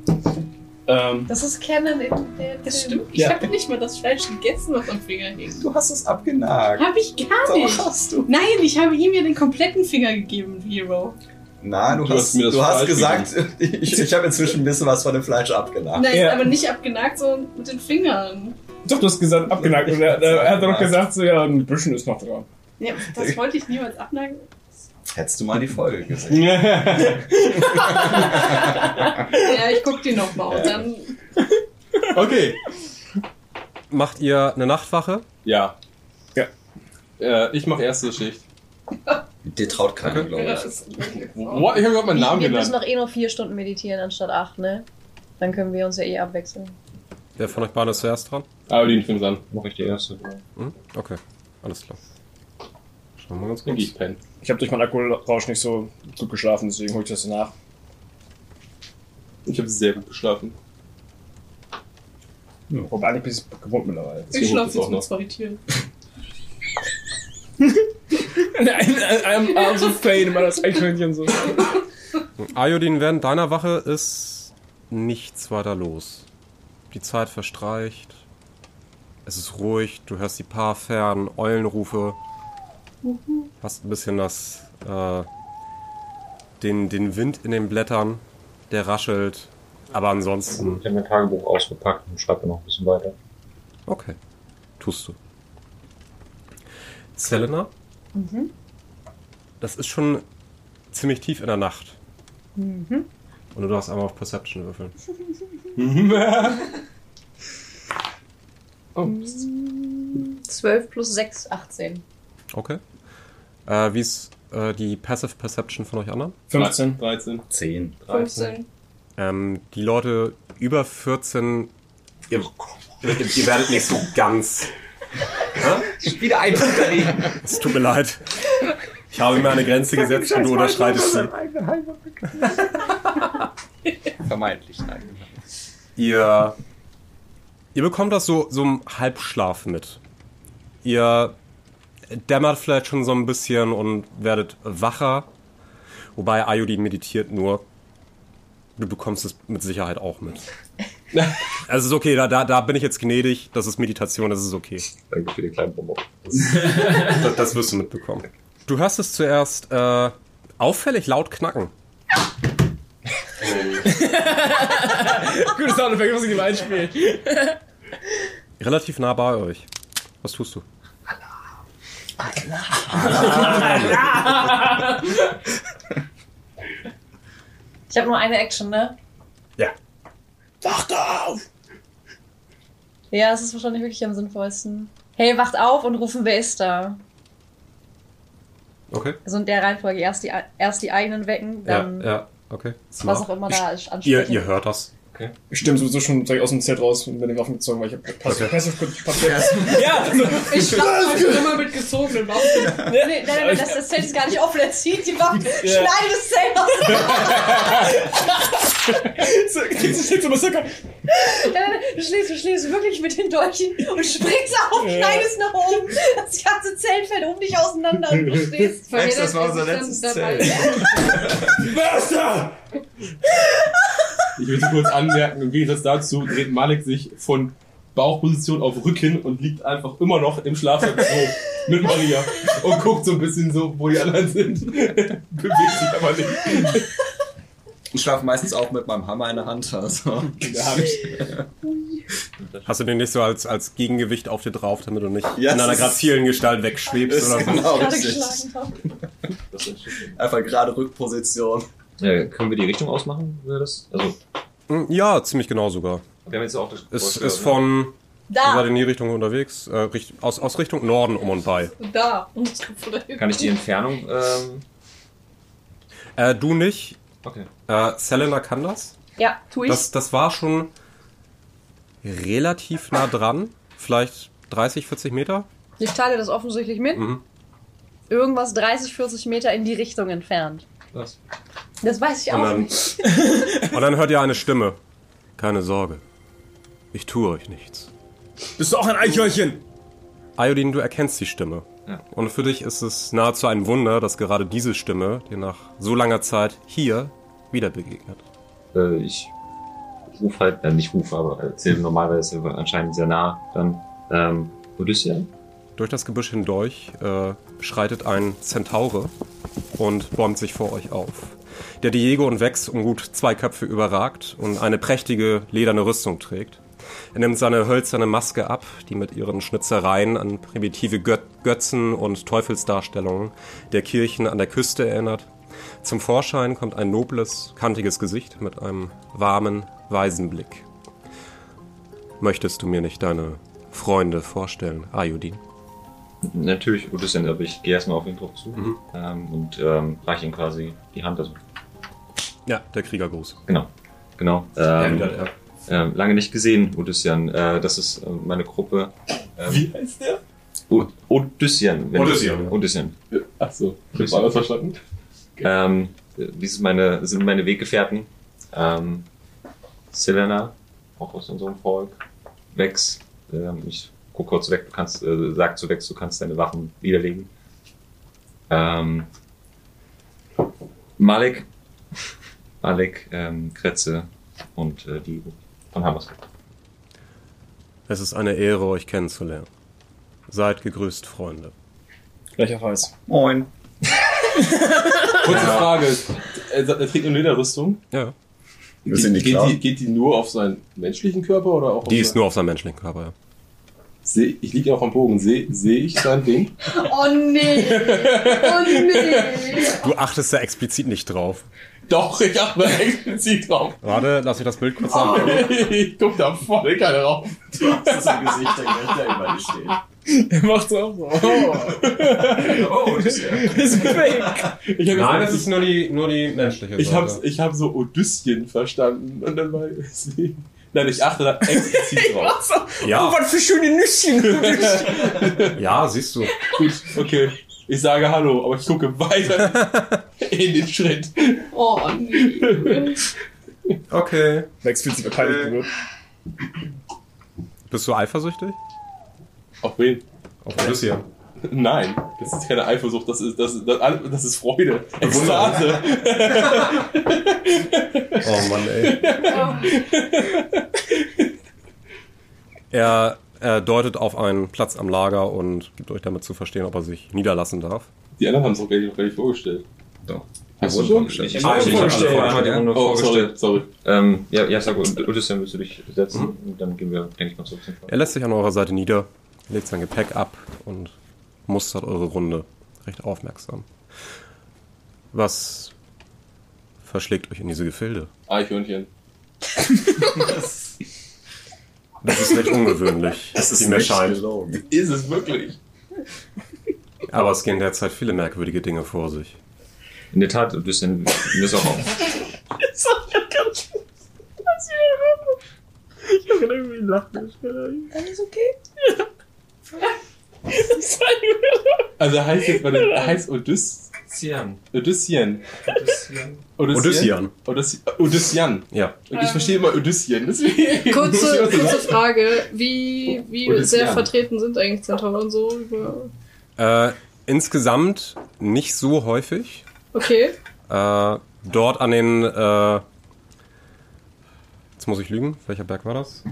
Ähm,
das ist Canon in der
Das stimmt. Ähm, Ich
Ja.
habe nicht mal das Fleisch gegessen, was am Finger hing.
Du hast es abgenagt.
Habe ich gar nicht.
hast du.
Nein, ich habe ihm ja den kompletten Finger gegeben, Hero.
Nein, du,
Du
hast,
hast mir das
du hast
Fleisch
gesagt, ich, ich habe inzwischen ein bisschen was von dem Fleisch abgenagt.
Nein,
Ja.
aber nicht abgenagt, sondern mit den Fingern.
doch, du hast gesagt, abgenagt. Und er, er hat doch gesagt, so, ja, ein bisschen ist noch dran.
Ja, das wollte ich niemals abnagen.
Hättest du mal die Folge gesehen.
Ja.
Ja, ich guck die nochmal und dann.
Okay.
Macht ihr eine Nachtwache?
Ja.
Ja.
Äh, ich mache erste Schicht.
Dir traut keiner, glaube
Ja,
ich.
das ist wirklich so.
What? Ich habe gerade meinen Namen
Wir müssen
genannt.
noch eh nur vier Stunden meditieren anstatt acht, ne? Dann können wir uns ja eh abwechseln.
Wer von euch beiden ist zuerst dran?
Aber den fängt an.
Mach ich die erste.
Hm? Okay, alles klar. Schauen wir uns
Dann
kurz.
gehe ich pennen.
Ich habe durch meinen Alkoholrausch nicht so gut geschlafen, deswegen hole ich das nach.
Ich habe sehr gut geschlafen.
Wobei eigentlich bin ich gewohnt mittlerweile.
Ich
gut, das
schlafe
auch
jetzt
noch.
mit zwei Tieren.
äh, I'm out of pain, man, das Eichhörnchen so.
Ayodin, während deiner Wache ist nichts weiter los. Die Zeit verstreicht. Es ist ruhig, du hörst die paar fernen Eulenrufe. Hast ein bisschen das, äh, den, den Wind in den Blättern, der raschelt. Aber ansonsten,
Ich habe mein Tagebuch ausgepackt und schreibe noch ein bisschen weiter.
okay, tust du. Selena? Das ist schon ziemlich tief in der Nacht. Und du darfst einmal auf Perception würfeln.
Zwölf plus sechs, 18.
Okay. Äh, wie ist äh, die Passive Perception von euch anderen?
15.
13.
10.
15.
Ähm, die Leute über 14, ihr, ihr, ihr werdet nicht so ganz.
Wieder ein Punkt daneben.
Es tut mir leid. Ich habe mir eine Grenze gesetzt und du unterschreitest sie.
Vermeintlich, nein.
Ihr, ihr bekommt das so, so im Halbschlaf mit. Ihr dämmert vielleicht schon so ein bisschen und werdet wacher. Wobei Ayodin meditiert nur. Du bekommst es mit Sicherheit auch mit. Also es ist okay, da, da, da bin ich jetzt gnädig. Das ist Meditation, das ist okay.
Danke für den kleinen Bonbon.
Das, das wirst du mitbekommen. Du hörst es zuerst äh, auffällig laut knacken.
Gutes Soundeffekt, muss ich ihm einspielen.
Relativ nah bei euch. Was tust du?
Ich habe nur eine Action, ne?
Ja.
Wacht auf!
Ja, es ist wahrscheinlich wirklich am sinnvollsten. Hey, wacht auf und rufen, wer ist da?
Okay.
Also in der Reihenfolge erst die, erst die eigenen wecken, dann
ja, okay.
was Ähm, auch immer da ist,
Ihr,
ansprechen.
ihr hört das.
Ich stimme sowieso schon direkt aus dem Zelt raus und bin den Waffen gezogen, weil ich habe Passive
Okay.
Perception. Ja!
Ich schlafe immer mit gezogenen Waffen.
Nee, nein, nein, nein, das, das Zelt ist gar nicht offen, er zieht die Waffen, schneidet das Zelt aus.
Sie steht so besser.
Du schläfst, du schläfst wirklich mit den Dolchen und springst auf,
Ja.
schneidest nach oben. Das ganze Zelt fällt um dich auseinander und du stehst.
Max, das war unser letztes Zelt.
Wasser!
Ich will kurz anmerken, im Gegensatz dazu dreht Malik sich von Bauchposition auf Rücken und liegt einfach immer noch im Schlafsack so mit Maria und guckt so ein bisschen so, wo die anderen sind. Bewegt sich aber nicht.
Ich schlafe meistens auch mit meinem Hammer in der Hand. Also.
Hast du den nicht so als, als Gegengewicht auf dir drauf, damit du nicht
Ja,
in einer
das ist-
grazilen Gestalt wegschwebst
Das
oder
ist
so?
genau
Gerade
richtig.
geschlagen habe.
Einfach gerade Rückposition.
Äh, können wir die Richtung ausmachen? Wäre das? Also,
Ja, ziemlich genau sogar.
wir haben jetzt auch das
Es
Geräusch
ist
gehört, ne?
von.
Da.
Ihr seid in die Richtung unterwegs, äh, richt, aus, aus Richtung Norden um und bei.
Da. Und von da hinten.
äh, Kann ich die Entfernung? Ähm,
Äh, du nicht.
okay.
Äh, Selena kann das.
Ja, tu ich.
das. Das war schon relativ nah dran. Vielleicht 30, 40 Meter.
ich teile das offensichtlich mit.
Mhm.
Irgendwas 30, 40 Meter in die Richtung entfernt.
Was?
Das weiß ich
Und
auch
dann,
nicht.
und dann hört ihr eine Stimme. Keine Sorge. Ich tue euch nichts.
Bist du auch ein Eichhörnchen?
Iodin, du erkennst die Stimme.
Ja.
Und für dich ist es nahezu ein Wunder, dass gerade diese Stimme dir nach so langer Zeit hier wieder begegnet.
Äh, ich rufe halt, äh, nicht rufe, aber erzähle normalerweise anscheinend sehr nah dann. Ähm, Odysseus?
Durch das Gebüsch hindurch äh, schreitet ein Zentaure und bäumt sich vor euch auf. Der Diego und Vex um gut zwei Köpfe überragt und eine prächtige lederne Rüstung trägt. Er nimmt seine hölzerne Maske ab, die mit ihren Schnitzereien an primitive Gö Götzen und Teufelsdarstellungen der Kirchen an der Küste erinnert. Zum Vorschein kommt ein nobles, kantiges Gesicht mit einem warmen, weisen Blick. Möchtest du mir nicht deine Freunde vorstellen, Ayodin?
Natürlich Odysseus, aber ich gehe erstmal auf ihn drauf zu
Mhm.
ähm, und ähm, reiche ihm quasi die Hand. Also,
Ja, der Kriegergruß.
genau. Genau.
Ja,
Ähm,
wieder, ja.
ähm, lange nicht gesehen, Odysseus. Äh, das ist äh, meine Gruppe. Ähm,
Wie heißt der?
O- Odyssean. wenn-
Odyssean.
Odyssean.
Achso, ich hab alles verstanden.
Ähm, dies ist meine, sind meine Weggefährten. Ähm, Selena, auch aus unserem Volk. Vex, ähm, ich guck kurz weg, du kannst, äh, sag zu Vex, du kannst deine Waffen widerlegen. Ähm, Malik, Malik, ähm, Kretze und äh, die von Hamas.
Es ist eine Ehre, euch kennenzulernen. Seid gegrüßt, Freunde.
Gleicherweise.
Moin.
Kurze Frage. Er sagt, er trägt eine Lederrüstung.
Ja.
Geht,
sind die
geht,
klar?
die, geht die nur auf seinen menschlichen Körper oder auch
Die
auf
ist nur auf seinem menschlichen Körper. Ja.
Seh, ich liege ja auch am Bogen. Sehe seh ich sein Ding?
Oh nee. Oh nee.
Du achtest da explizit nicht drauf.
Doch, ich achte da explizit drauf.
Warte, lass mich das Bild kurz
Oh.
haben.
ich guck da voll keine rauf.
Das ist ein Gesicht, der da über dir steht.
Er macht auch so. Oh,
Oh, Odysseus.
das ist fake.
Ich
Nein,
hab gesagt,
das ist nur die, nur die menschliche
Ich hab's,
Seite.
ich hab so Odyssean verstanden und dann war ich. Nein, ich achte da explizit drauf.
Oh,
Ja,
was für schöne Nüsschen.
ja, siehst du.
Gut, okay. Ich sage Hallo, aber ich gucke weiter in den Schritt.
Oh, nee.
Okay.
Max fühlt sich beleidigt
Äh,
berührt.
Bist du eifersüchtig?
Auf wen?
Auf Odyssean.
Nein, das ist keine Eifersucht, das ist, das ist, das ist Freude. Ekstase.
Oh Mann, ey. er, er deutet auf einen Platz am Lager und gibt euch damit zu verstehen, ob er sich niederlassen darf.
Die anderen haben es auch gar nicht, noch gar nicht vorgestellt.
Doch.
Hast du schon?
Ich, ich,
Ah,
ich,
ich
ich,
hab alle
ich,
vorgestellt.
nur
Oh, sorry,
vorgestellt.
sorry. Mhm.
Ähm, ja, ja, sag gut, Odyssean, willst du dich setzen? Und dann gehen wir, denke ich mal, zurück zum Volk.
Er lässt sich an eurer Seite nieder, legt sein Gepäck ab und mustert eure Runde recht aufmerksam. Was verschlägt euch in diese Gefilde?
Ah, Eichhörnchen.
Das ist recht ungewöhnlich,
Das ist
wie mir
nicht
scheint.
gelogen.
Ist es wirklich?
Aber es gehen derzeit viele merkwürdige Dinge vor sich.
In der Tat, Odyssean, mir ist auch auf.
Alles okay?
Also heißt jetzt bei den, heißt Odysseus Odyssean. Odyssean.
Odyssean.
Odyssean. Odyssean.
Ja.
Und ich verstehe immer Odyssean. deswegen-
Kurze,
also
kurze Frage. Wie, wie
Odyssean.
sehr vertreten sind eigentlich Zentauren so? über-
Äh, insgesamt nicht so häufig.
Okay.
Äh, dort an den. Äh, jetzt muss ich lügen. Welcher Berg war das?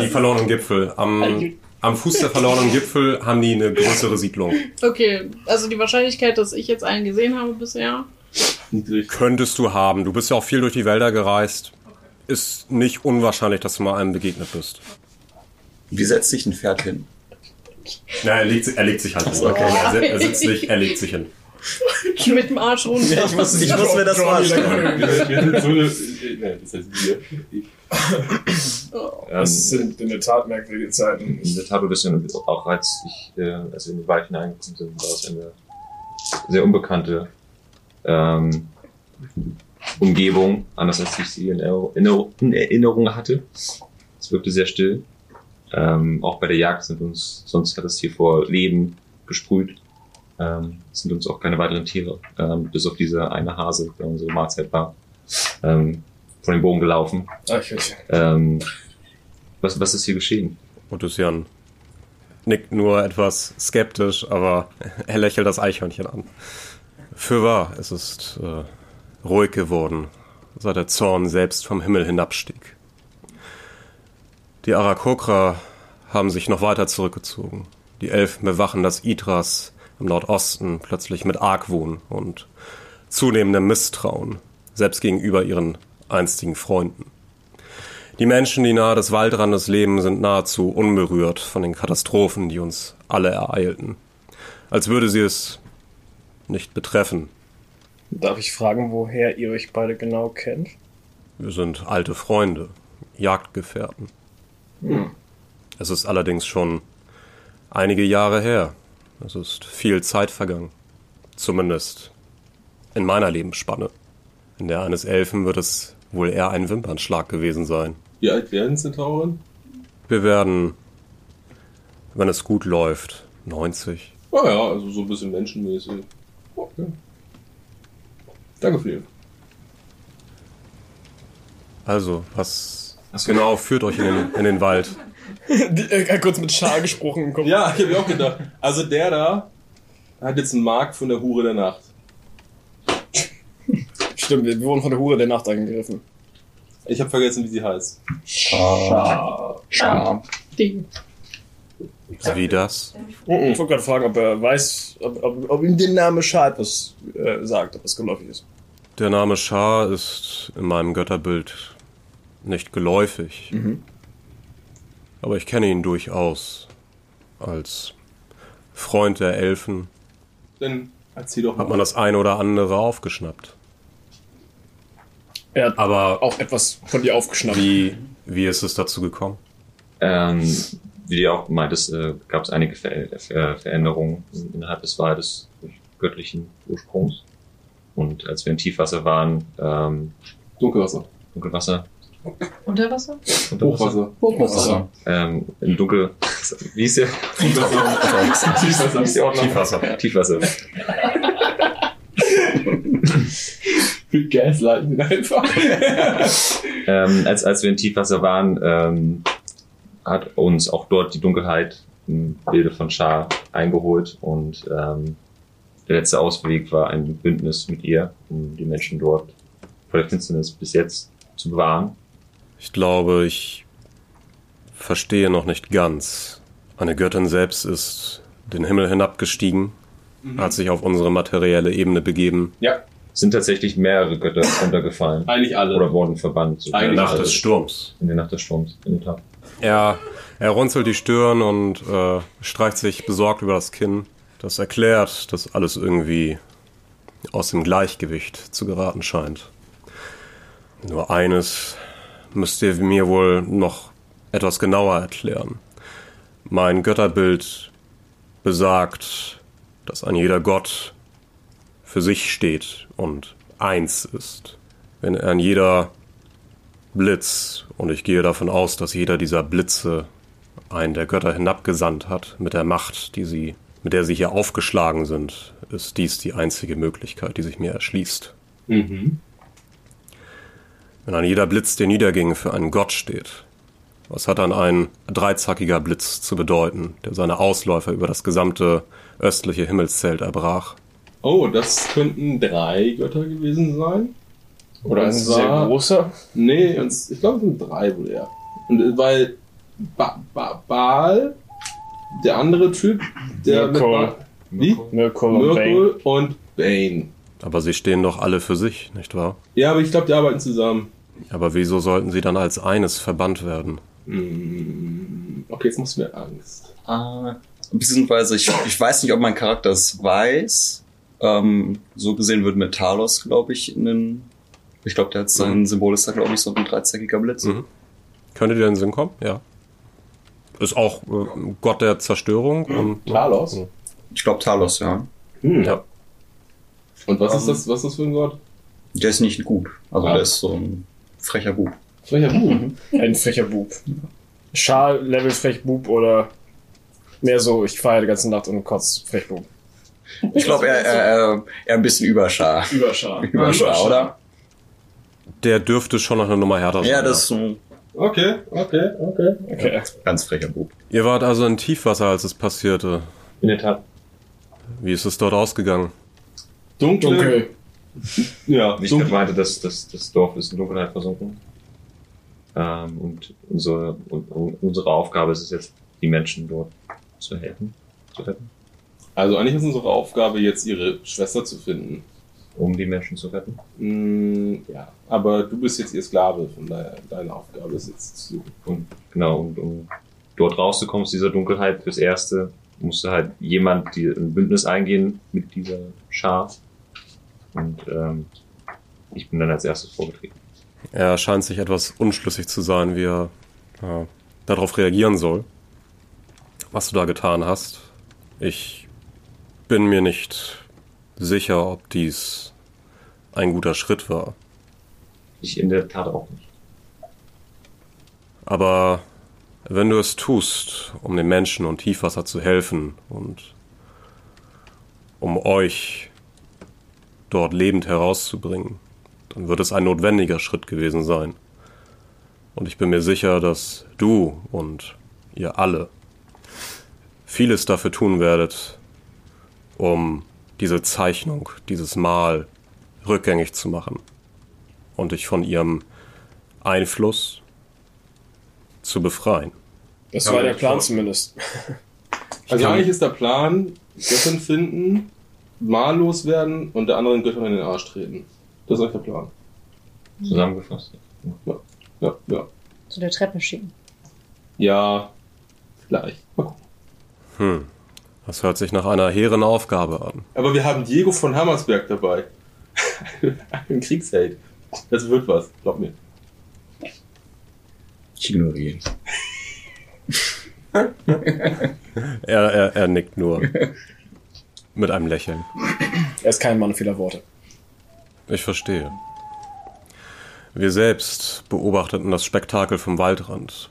Die verlorenen Gipfel. Am, am Fuß der verlorenen Gipfel haben die eine größere Siedlung.
Okay, also die Wahrscheinlichkeit, dass ich jetzt einen gesehen habe bisher.
Könntest du haben. Du bist ja auch viel durch die Wälder gereist. Ist nicht unwahrscheinlich, dass du mal einem begegnet bist.
Wie setzt sich ein Pferd hin?
Na, er legt, er legt sich halt hin.
Okay.
Er, se- er sitzt nicht, er legt sich hin.
Mit dem Arsch runter.
Ja, ich muss- ich muss mir das vorstellen.
Wir wir sind so eine. äh, Das heißt wir.
Ähm,
Das sind in der Tat merkwürdige Zeiten.
in der Tat ein bisschen, auch als ich äh, als wir in den Wald hineingekommen sind, war es eine sehr unbekannte ähm, Umgebung, anders als ich sie in Erinnerung, in Erinnerung hatte. Es wirkte sehr still. Ähm, auch bei der Jagd sind uns, sonst hat es hier vor Leben gesprüht. Ähm, es sind uns auch keine weiteren Tiere, ähm, bis auf diese eine Hase, der unsere Mahlzeit war, ähm, von dem Bogen gelaufen.
Ah, ich verstehe.
Ähm, was, was ist hier geschehen?
Odyssean nickt nur etwas skeptisch, aber er lächelt das Eichhörnchen an. Fürwahr, es ist äh, ruhig geworden, seit der Zorn selbst vom Himmel hinabstieg. Die Arakokra haben sich noch weiter zurückgezogen. Die Elfen bewachen das Idras im Nordosten plötzlich mit Argwohn und zunehmendem Misstrauen, selbst gegenüber ihren einstigen Freunden. Die Menschen, die nahe des Waldrandes leben, sind nahezu unberührt von den Katastrophen, die uns alle ereilten. Als würde sie es nicht betreffen.
Darf ich fragen, woher ihr euch beide genau kennt?
Wir sind alte Freunde, Jagdgefährten.
Hm.
Es ist allerdings schon einige Jahre her. Es ist viel Zeit vergangen. Zumindest in meiner Lebensspanne. In der eines Elfen wird es wohl eher ein Wimpernschlag gewesen sein.
Wie alt werden Zentauren?
Wir werden, wenn es gut läuft, 90.
Ah ja, also so ein bisschen menschenmäßig. Okay. Danke für die.
Also, was genau führt euch in den, in den Wald?
Die, äh, kurz mit Schal gesprochen im Kopf.
Ja, ich habe mir auch gedacht. Also der da hat jetzt einen Mark von der Hure der Nacht.
Stimmt, wir wurden von der Hure der Nacht angegriffen.
Ich habe vergessen, wie sie heißt.
Scham. Scham.
Ding.
Wie das?
Ich wollte gerade fragen, ob er weiß, ob, ob, ob ihm der Name Schad was äh, sagt, ob das geläufig ist.
Der Name Schar ist in meinem Götterbild nicht geläufig. Aber ich kenne ihn durchaus als Freund der Elfen.
Dann erzähl doch mal.
Hat man das eine oder andere aufgeschnappt.
Er hat
Aber
auch etwas von dir aufgeschnappt.
Wie, wie ist es dazu gekommen?
Ähm, wie du auch meintest, äh, gab es einige Ver Ver Veränderungen innerhalb des Waldes durch göttlichen Ursprungs. Und als wir im Tiefwasser waren, ähm,
Dunkelwasser.
Dunkelwasser,
Unterwasser?
Hochwasser.
Hochwasser.
ähm, im Dunkel, wie ist der? Tiefwasser. Wie ist die Ordnung?
Tiefwasser.
Tiefwasser.
Viel Gaslighten einfach.
ähm, als, als wir in Tiefwasser waren, ähm, hat uns auch dort die Dunkelheit im Bilde von Schar eingeholt und ähm, der letzte Ausweg war ein Bündnis mit ihr, um die Menschen dort vor der Finsternis bis jetzt zu bewahren.
Ich glaube, ich verstehe noch nicht ganz. Eine Göttin selbst ist den Himmel hinabgestiegen,
Mhm.
hat sich auf unsere materielle Ebene begeben.
Ja,
Es sind tatsächlich mehrere Götter runtergefallen
eigentlich alle.
oder wurden verbannt. so
Eigentlich
in der
Nacht
Nacht
des
des-
Sturms.
in der Nacht des Sturms. In der Tat.
Er, er runzelt die Stirn und äh, streicht sich besorgt über das Kinn. Das erklärt, dass alles irgendwie aus dem Gleichgewicht zu geraten scheint. Nur eines müsst ihr mir wohl noch etwas genauer erklären. Mein Götterbild besagt, dass ein jeder Gott für sich steht und eins ist. Wenn ein jeder Blitz, und ich gehe davon aus, dass jeder dieser Blitze einen der Götter hinabgesandt hat, mit der Macht, die sie, mit der sie hier aufgeschlagen sind, ist dies die einzige Möglichkeit, die sich mir erschließt.
Mhm.
Wenn ein jeder Blitz, der niederging, für einen Gott steht, was hat dann ein dreizackiger Blitz zu bedeuten, der seine Ausläufer über das gesamte östliche Himmelszelt erbrach?
Oh, das könnten drei Götter gewesen sein.
Oder ein
es
sehr
war-
großer?
Nee, und es- ich glaube, es sind drei wohl eher. Und äh, weil ba ba Baal, der andere Typ, der
Mirkol.
mit ba
Mirkol
wie?
und
Mirkol und Bane.
Aber sie stehen doch alle für sich, nicht wahr?
Ja, aber ich glaube, die arbeiten zusammen.
Aber wieso sollten sie dann als eines verbannt werden?
Hm, Okay, jetzt machst du mir Angst.
Ah, beziehungsweise, ich, ich weiß nicht, ob mein Charakter es weiß. Ähm, so gesehen wird mit Talos, glaube ich, in den. Ich glaube, der hat sein
Mhm.
Symbol ist da, glaube ich, so ein dreizackiger Blitz.
Könnte dir in den Sinn kommen? Ja. Ist auch äh, Gott der Zerstörung. Und,
Talos?
Ich glaube, Talos, ja.
Hm.
Ja.
Und was ist
Ähm.
das? Was ist das für ein Gott?
Der ist nicht gut. Also,
Ah.
der ist so ein frecher Bub.
Frecher Bub.
Ein frecher Bub. Schal, Level frech Bub oder mehr so, ich feiere die ganze Nacht und kotz frech Bub.
Ich glaube, er, er, er, er ein bisschen überschar.
Überschar.
Überschar, oder?
Der dürfte schon noch eine Nummer härter sein.
Ja, das ist so
Okay, okay, okay.
Okay.
ganz frecher Bub.
Ihr wart also in Tiefwasser, als es passierte.
In der Tat.
Wie ist es dort ausgegangen?
Dunkel.
Dunkel.
Ja,
Wie ich
dunkel.
gerade meinte, das, das, das Dorf ist in Dunkelheit versunken. Ähm, und unsere, und, und unsere Aufgabe ist es jetzt, die Menschen dort zu helfen, zu retten.
Also eigentlich ist unsere Aufgabe jetzt, ihre Schwester zu finden.
Um die Menschen zu retten.
Hm, ja, aber du bist jetzt ihr Sklave, von daher deine Aufgabe ist jetzt zu suchen.
Und genau, und um dort rauszukommen aus dieser Dunkelheit, fürs Erste musste halt jemand die, ein Bündnis eingehen mit dieser Schar. Und ähm, ich bin dann als erstes vorgetreten.
Er scheint sich etwas unschlüssig zu sein, wie er äh, darauf reagieren soll. Was du da getan hast. Ich bin mir nicht sicher, ob dies ein guter Schritt war.
Ich in der Tat auch nicht.
Aber wenn du es tust, um den Menschen und Tiefwasser zu helfen und um euch dort lebend herauszubringen, dann wird es ein notwendiger Schritt gewesen sein. Und ich bin mir sicher, dass du und ihr alle vieles dafür tun werdet, um diese Zeichnung, dieses Mal rückgängig zu machen und dich von ihrem Einfluss zu befreien.
Das
Ja,
war der
ich
Plan
glaub-
zumindest.
Also
kann-
eigentlich ist der Plan, Göttin finden, mal loswerden und der anderen Göttin in den Arsch treten. Das ist eigentlich der Plan.
Zusammengefasst.
Ja, ja.
Zu der Treppe schicken.
Ja, vielleicht.
Hm. Das hört sich nach einer hehren Aufgabe an.
Aber wir haben Diego von Hammersberg dabei. Ein Kriegsheld. Das wird was, glaub mir.
Ich ignoriere ihn.
Er, er, er nickt nur. Mit einem Lächeln.
Er ist kein Mann vieler Worte.
Ich verstehe. Wir selbst beobachteten das Spektakel vom Waldrand.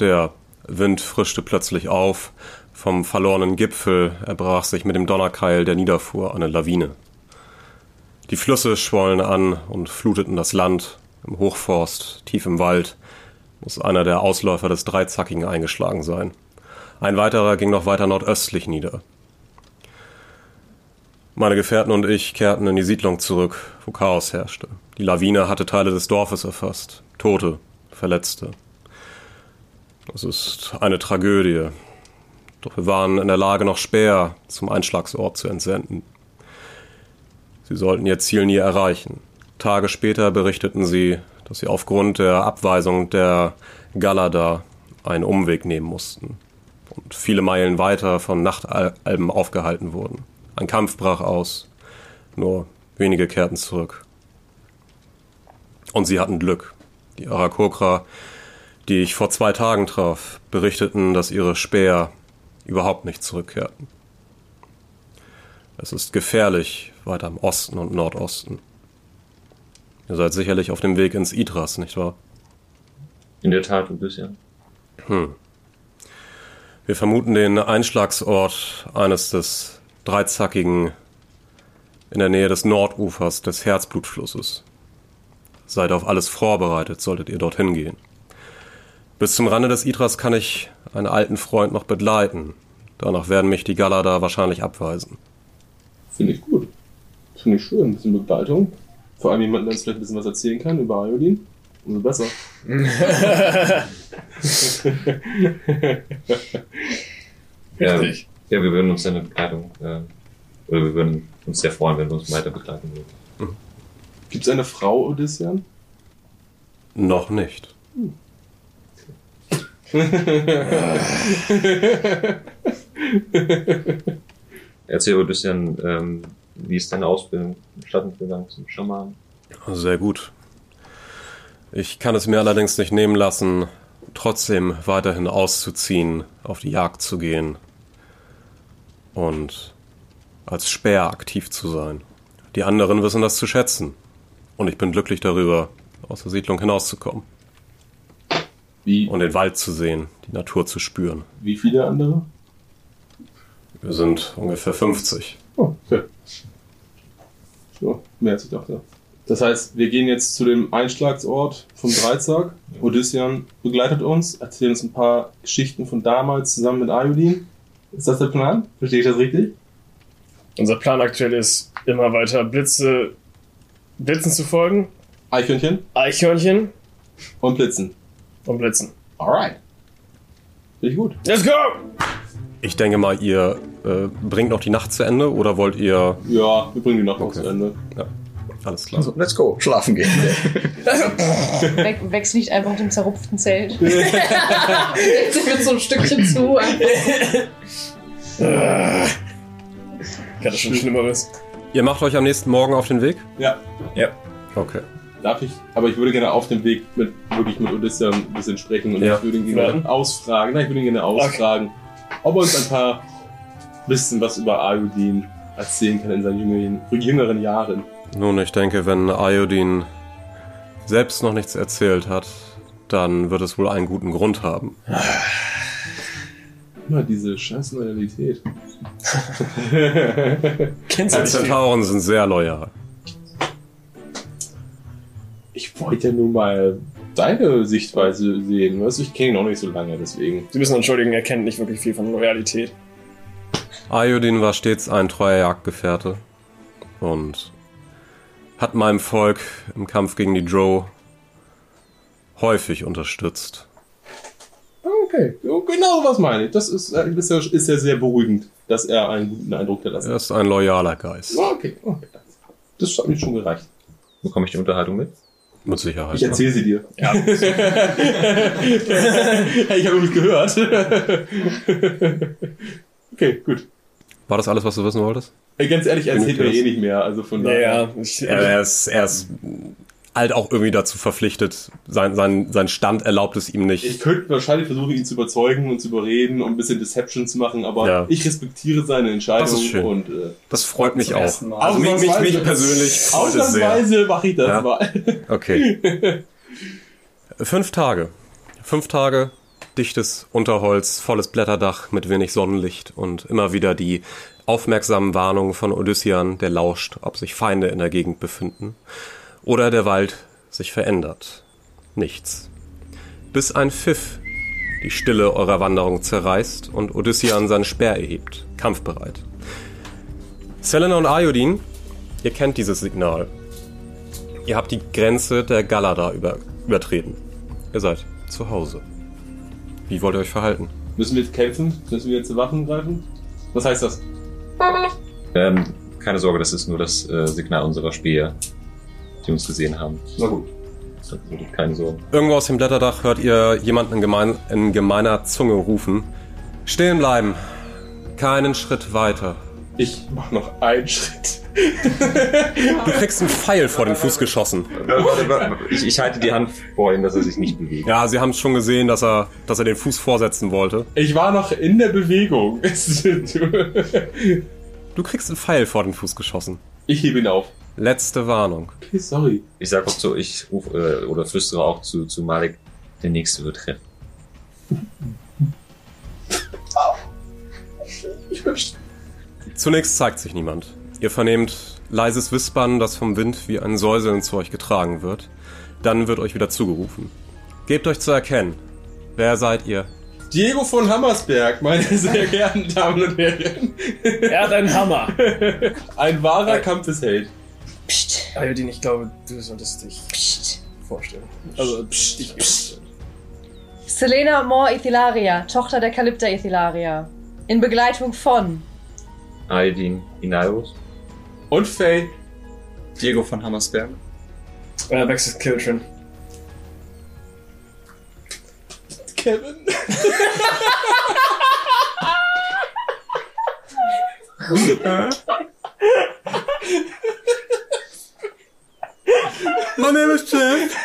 Der Wind frischte plötzlich auf. Vom verlorenen Gipfel erbrach sich mit dem Donnerkeil, der niederfuhr, eine Lawine. Die Flüsse schwollen an und fluteten das Land. Im Hochforst, tief im Wald, muss einer der Ausläufer des Dreizackigen eingeschlagen sein. Ein weiterer ging noch weiter nordöstlich nieder. Meine Gefährten und ich kehrten in die Siedlung zurück, wo Chaos herrschte. Die Lawine hatte Teile des Dorfes erfasst. Tote, Verletzte. Es ist eine Tragödie. Doch wir waren in der Lage, noch Speer zum Einschlagsort zu entsenden. Sie sollten ihr Ziel nie erreichen. Tage später berichteten sie, dass sie aufgrund der Abweisung der Galada einen Umweg nehmen mussten und viele Meilen weiter von Nachtalben aufgehalten wurden. Ein Kampf brach aus. Nur wenige kehrten zurück. Und sie hatten Glück. Die Arakokra, die ich vor zwei Tagen traf, berichteten, dass ihre Speer überhaupt nicht zurückkehrten. Es ist gefährlich weiter im Osten und Nordosten. Ihr seid sicherlich auf dem Weg ins Idras, nicht wahr?
In der Tat, du bist ja.
Hm. Wir vermuten den Einschlagsort eines des dreizackigen in der Nähe des Nordufers des Herzblutflusses. Seid auf alles vorbereitet, solltet ihr dorthin gehen. Bis zum Rande des Idras kann ich einen alten Freund noch begleiten. Danach werden mich die Galada wahrscheinlich abweisen.
Finde ich gut. Finde ich schön. Ein bisschen Begleitung. Vor allem jemanden, der uns vielleicht ein bisschen was erzählen kann über Iodin. Umso besser.
Ja, ja, wir würden uns deine Begleitung, äh, oder wir würden uns sehr freuen, wenn du uns weiter begleiten würdest.
Gibt es eine Frau, Odyssean?
Noch nicht.
Erzähl ein bisschen, ähm, wie ist deine Ausbildung stattgegangen zum Schaman?
Sehr gut. Ich kann es mir allerdings nicht nehmen lassen, trotzdem weiterhin auszuziehen, auf die Jagd zu gehen und als Speer aktiv zu sein. Die anderen wissen das zu schätzen. Und ich bin glücklich darüber, aus der Siedlung hinauszukommen. Und den Wald zu sehen, die Natur zu spüren.
Wie viele andere?
Wir sind ungefähr 50.
Oh, okay. So, mehr als ich dachte. Das heißt, wir gehen jetzt zu dem Einschlagsort vom Dreizack. Odyssean begleitet uns, erzählt uns ein paar Geschichten von damals zusammen mit Ayodin. Ist das der Plan? Verstehe ich das richtig?
Unser Plan aktuell ist, immer weiter Blitze, Blitzen zu folgen.
Eichhörnchen
Eichhörnchen
und Blitzen.
und Blitzen.
Alright. Finde ich gut.
Let's go!
Ich denke mal, ihr äh, bringt noch die Nacht zu Ende oder wollt ihr.
Ja, wir bringen die Nacht noch zu Ende.
Ja, alles klar.
Also,
Also-
So, let's go. Schlafen gehen.
Äh,
Weg, Wex liegt einfach im zerrupften Zelt. Jetzt wird so ein Stückchen zu.
Ich hatte schon Schlimmeres.
Ihr macht euch am nächsten Morgen auf den Weg?
Ja,
Okay.
darf ich, aber ich würde gerne auf dem Weg mit, wirklich mit Odyssean ein bisschen sprechen und
Ja.
ich würde ihn gerne
Fragen?
ausfragen. Nein, ich würde ihn gerne ausfragen, ob er uns ein paar bisschen was über Ayodin erzählen kann in seinen jüngeren, jüngeren Jahren.
Nun, ich denke, wenn Iodin selbst noch nichts erzählt hat, dann wird es wohl einen guten Grund haben.
Immer diese scheiß Loyalität.
Kennst du
Die
nicht?
Zentauren sind sehr loyal.
Ich wollte ja nun mal deine Sichtweise sehen. Weißt du, ich kenne ihn auch nicht so lange, deswegen.
Sie müssen entschuldigen, er kennt nicht wirklich viel von Loyalität.
Iodin war stets ein treuer Jagdgefährte und hat meinem Volk im Kampf gegen die Drow häufig unterstützt.
Okay, so genau was meine ich. Das ist, äh, ist, ja, ist ja sehr beruhigend, dass er einen guten Eindruck hinterlassen
Er
hat.
ist ein loyaler Geist.
Okay, okay. Das hat mir schon gereicht.
Bekomme ich die Unterhaltung mit?
Mit Sicherheit.
Ich erzähle sie dir.
Ja.
ich habe mich gehört. okay, gut.
War das alles, was du wissen wolltest?
Ey, Ganz ehrlich, er erzählt
Genug
mir eh
gerissen.
nicht mehr. Also von
Ja,
daher.
ja. Ich,
Er, er ist, er ist halt auch irgendwie dazu verpflichtet. Sein, sein, sein Stand erlaubt es ihm nicht.
Ich könnte wahrscheinlich versuchen, ihn zu überzeugen und zu überreden und ein bisschen Deception zu machen, aber
Ja.
ich respektiere seine Entscheidung
Das ist schön.
und äh,
Das freut mich auch.
ersten Mal.
Also mich, mich, mich
Ausnahmsweise.
persönlich freut es sehr.
ausnahmsweise mache ich das
Ja.
mal.
Okay. Fünf Tage. Fünf Tage dichtes Unterholz, volles Blätterdach mit wenig Sonnenlicht und immer wieder die aufmerksamen Warnungen von Odyssean, der lauscht, ob sich Feinde in der Gegend befinden oder der Wald sich verändert. Nichts. Bis ein Pfiff die Stille eurer Wanderung zerreißt und Odyssean seinen Speer erhebt, kampfbereit. Selena und Iodine, ihr kennt dieses Signal. Ihr habt die Grenze der Galada über, übertreten. Ihr seid zu Hause. Wie wollt ihr euch verhalten?
Müssen wir jetzt kämpfen? Müssen wir jetzt zu Waffen greifen? Was heißt das?
Ähm, keine Sorge, das ist nur das äh, Signal unserer Speer, die uns gesehen haben.
Na gut.
Also, keine Sorge.
Irgendwo aus dem Blätterdach hört ihr jemanden in, gemein, in gemeiner Zunge rufen. Stehen bleiben. Keinen Schritt weiter.
Ich mache noch einen Schritt.
Du kriegst einen Pfeil vor den Fuß geschossen.
Ich, ich halte die Hand vor ihm, dass er sich nicht bewegt.
Ja, sie haben es schon gesehen, dass er, dass er den Fuß vorsetzen wollte.
Ich war noch in der Bewegung. ich
Du kriegst einen Pfeil vor den Fuß geschossen.
hebe ihn auf.
Letzte Warnung.
Okay, sorry.
Ich sag auch so, ich rufe äh, oder flüstere auch zu, zu Malik, der nächste wird treffen.
Ich bin sch-
Zunächst zeigt sich niemand. Ihr vernehmt Leises Wispern, das vom Wind wie ein Säuseln zu euch getragen wird. Dann wird euch wieder zugerufen. Gebt euch zu erkennen. Wer seid ihr?
Diego von Hammersberg, meine sehr geehrten Damen und Herren.
Er hat einen Hammer.
Ein wahrer Kampfesheld.
Psst. Ayodin, ich glaube, du solltest dich vorstellen. Also, psst, dich psst.
Selena Moore Ethilaria, Tochter der Kalypta Ethilaria. In Begleitung von.
Aydin Inaios.
Und Faye.
Diego von Hammersberg.
Äh, Maxis Kiltrin.
Kevin.
My name is Jeff.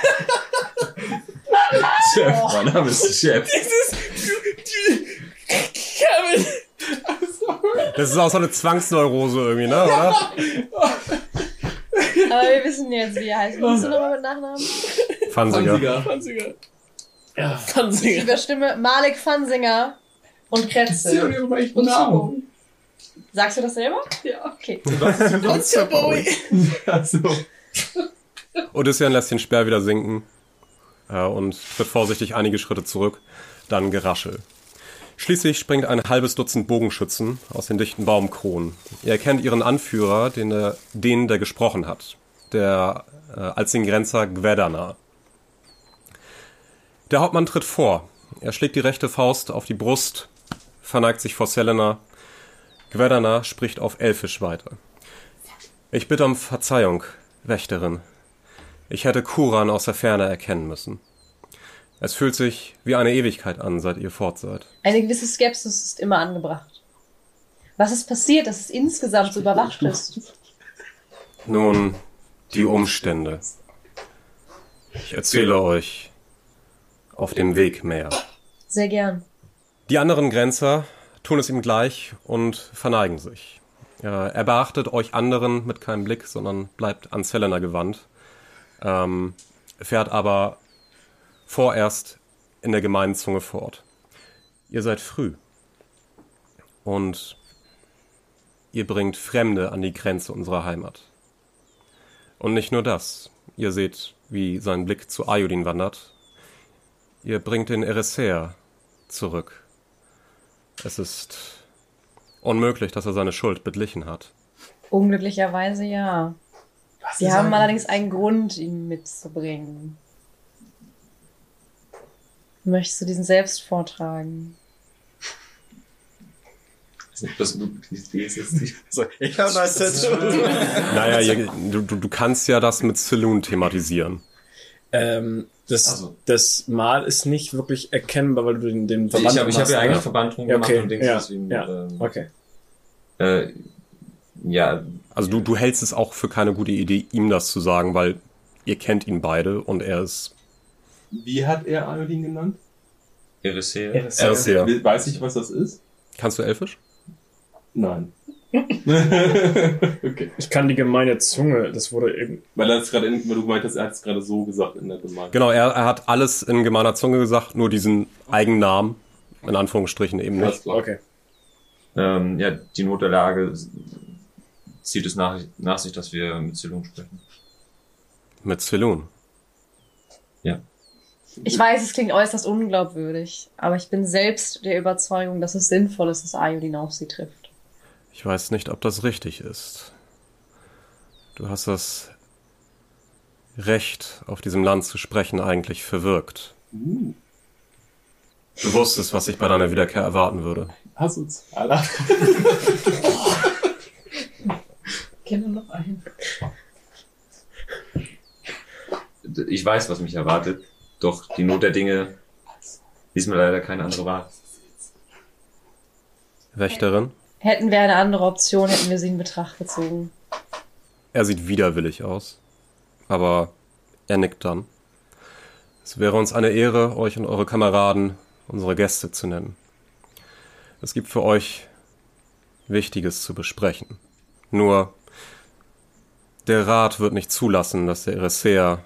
Chef, mein Name ist Chef.
Kevin!
Das ist auch so eine Zwangsneurose irgendwie, ne? Oder?
Aber wir wissen jetzt, wie er heißt. Willst du nochmal mit Nachnamen?
Fansiger.
Fansiger.
Ich
Fansiger.
überstimme Malek Fansinger und Kretzel. Und Zubo. Sagst du das selber? Ja. Okay.
Was für Bowie?
Also,
Odyssean lässt den Speer wieder sinken äh, und tritt vorsichtig einige Schritte zurück, dann Geraschel. Schließlich springt ein halbes Dutzend Bogenschützen aus den dichten Baumkronen. Ihr erkennt ihren Anführer, den der, den der gesprochen hat, der äh, Alzingrenzer Gwedana. Der Hauptmann tritt vor. Er schlägt die rechte Faust auf die Brust, verneigt sich vor Selena. Gwedana spricht auf Elfisch weiter. Ich bitte um Verzeihung, Wächterin. Ich hätte Kuran aus der Ferne erkennen müssen. Es fühlt sich wie eine Ewigkeit an, seit ihr fort seid.
Eine gewisse Skepsis ist immer angebracht. Was ist passiert, dass es insgesamt so überwacht ist?
Nun, die Umstände. Ich erzähle euch auf dem Weg mehr.
Sehr gern.
Die anderen Grenzer tun es ihm gleich und verneigen sich. Äh, Er beachtet euch anderen mit keinem Blick, sondern bleibt an Selena gewandt, ähm, fährt aber vorerst in der gemeinen Zunge fort. Ihr seid früh und ihr bringt Fremde an die Grenze unserer Heimat. Und nicht nur das, ihr seht, wie sein Blick zu Ayodin wandert. Ihr bringt den Ereser zurück. Es ist unmöglich, dass er seine Schuld beglichen hat.
Unglücklicherweise ja. Sie
ist
haben
ein-
allerdings einen Grund, ihn mitzubringen. Möchtest du diesen selbst vortragen?
Das ist jetzt so, ich habe das Tattoo.
Naja, ihr, du, du, du kannst ja das mit Saloon thematisieren.
Ähm, das,
Also.
das Mal ist nicht wirklich erkennbar, weil du den, den Verband
ich habe ich hab
machst,
ja eigentlich
oder?
Verband drum
Ja,
gemacht
okay.
und Dings,
Ja,
deswegen,
ja.
ähm,
Okay.
äh, ja,
Also du, du hältst es auch für keine gute Idee, ihm das zu sagen, weil ihr kennt ihn beide und er ist
Wie hat er Ayodin genannt?
Erisea.
er ist ja.
Weiß ich, was das ist?
Kannst du Elfisch?
Nein. okay.
Ich kann die gemeine Zunge, das wurde irgendwie.
Weil er es gerade, in- weil du gemeint hast, er hat es gerade so gesagt in der Gemeinde.
Genau, er, er hat alles in gemeiner Zunge gesagt, nur diesen Eigennamen, in Anführungsstrichen eben
Alles
nicht.
klar.
Okay.
Ähm, ja, die Not der Lage zieht es nach, nach sich, dass wir mit Zylon sprechen.
Mit Saloon.
Ich weiß, es klingt äußerst unglaubwürdig, aber ich bin selbst der Überzeugung, dass es sinnvoll ist, dass Ayodin auf sie trifft.
Ich weiß nicht, ob das richtig ist. Du hast das Recht, auf diesem Land zu sprechen, eigentlich verwirkt.
Uh,
Du wusstest, was ich bei deiner Wiederkehr erwarten würde.
hast uns. Alter.
Kenne noch einen.
Ich weiß, was mich erwartet, doch die Not der Dinge ließ mir leider keine andere Wahl.
Wächterin?
Hätten wir eine andere Option, hätten wir sie in Betracht gezogen.
Er sieht widerwillig aus, aber er nickt dann. Es wäre uns eine Ehre, euch und eure Kameraden unsere Gäste zu nennen. Es gibt für euch Wichtiges zu besprechen. Nur der Rat wird nicht zulassen, dass der Eresea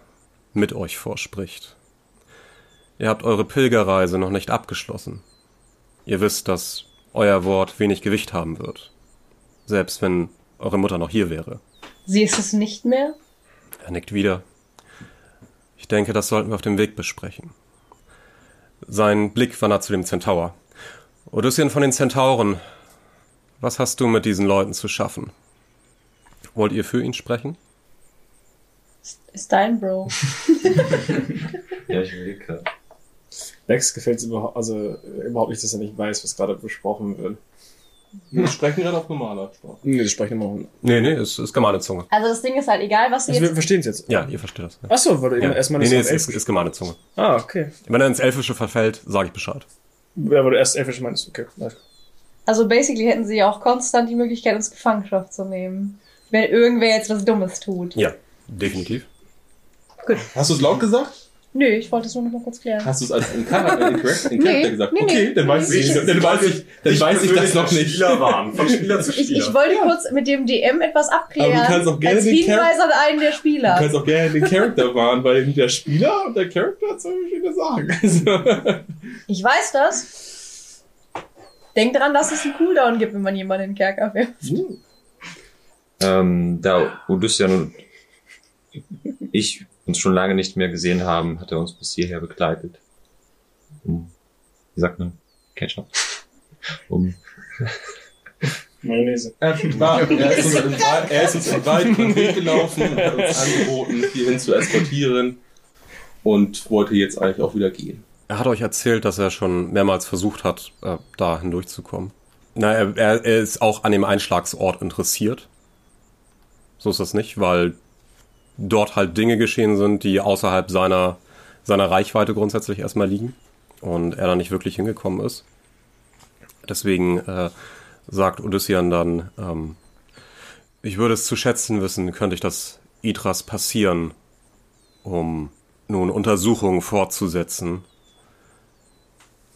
mit euch vorspricht. Ihr habt eure Pilgerreise noch nicht abgeschlossen. Ihr wisst, dass euer Wort wenig Gewicht haben wird, selbst wenn eure Mutter noch hier wäre.
Sie ist es nicht mehr?
Er nickt wieder. Ich denke, das sollten wir auf dem Weg besprechen. Sein Blick wandert zu dem Zentaur. Odyssean von den Zentauren, was hast du mit diesen Leuten zu schaffen? Wollt ihr für ihn sprechen?
Ist dein Bro.
Ja, ich will gerade.
Lex gefällt es überhaupt, also, äh, überhaupt nicht, dass er nicht weiß, was gerade besprochen wird.
Wir sprechen gerade auf normaler Sprache.
Nee, das sprechen wir mal.
Nee, nee, es ist gemeine Zunge.
Also das Ding ist halt, egal was sie
Also, wir
jetzt...
verstehen es jetzt.
Ja, ihr versteht das. Ja.
Achso, weil
ja.
ja. erstmal
Nee,
das
nee,
auf
es ist,
Elfisch.
ist gemeine Zunge.
Ah, okay.
Wenn er ins Elfische verfällt, sage ich Bescheid.
Ja, weil du erst Elfisch meinst, okay. nice.
Also basically hätten sie ja auch konstant die Möglichkeit, uns Gefangenschaft zu nehmen. Wenn irgendwer jetzt was Dummes tut.
Ja, definitiv.
Hast du es laut gesagt?
Nö, ich wollte es nur noch mal kurz klären.
Hast du es als in Charakter, in Charakter
Nee,
gesagt?
nee, nee.
okay, dann weiß ich,
Nee,
dann weiß ich, dann weiß ich das noch nicht.
Spieler waren, von Spieler zu
Ich, ich wollte kurz mit dem DM etwas abklären.
Aber du kannst auch gerne
als
den
Hinweis an einen der Spieler.
Du kannst auch gerne den Charakter wahren, weil der Spieler und der Charakter hat so verschiedene Sachen. Also,
Ich weiß das. Denk dran, dass es einen Cooldown gibt, wenn man jemanden in den Kerker wirft.
Ähm, da Odyssean und ich uns schon lange nicht mehr gesehen haben, hat er uns bis hierher begleitet. Um, wie sagt man? Ketchup. Um,
Mayonnaise.
er, war, er, ist uns, er ist uns im Wald über den Weg gelaufen und hat uns angeboten, hierhin zu eskortieren und wollte jetzt eigentlich auch wieder gehen.
Er hat euch erzählt, dass er schon mehrmals versucht hat, äh, da hindurchzukommen. Na, er, er, er ist auch an dem Einschlagsort interessiert. So ist das nicht, weil dort halt Dinge geschehen sind, die außerhalb seiner, seiner Reichweite grundsätzlich erstmal liegen und er da nicht wirklich hingekommen ist. Deswegen äh, sagt Odyssean dann, ähm, ich würde es zu schätzen wissen, könnte ich das Idras passieren, um nun Untersuchungen fortzusetzen,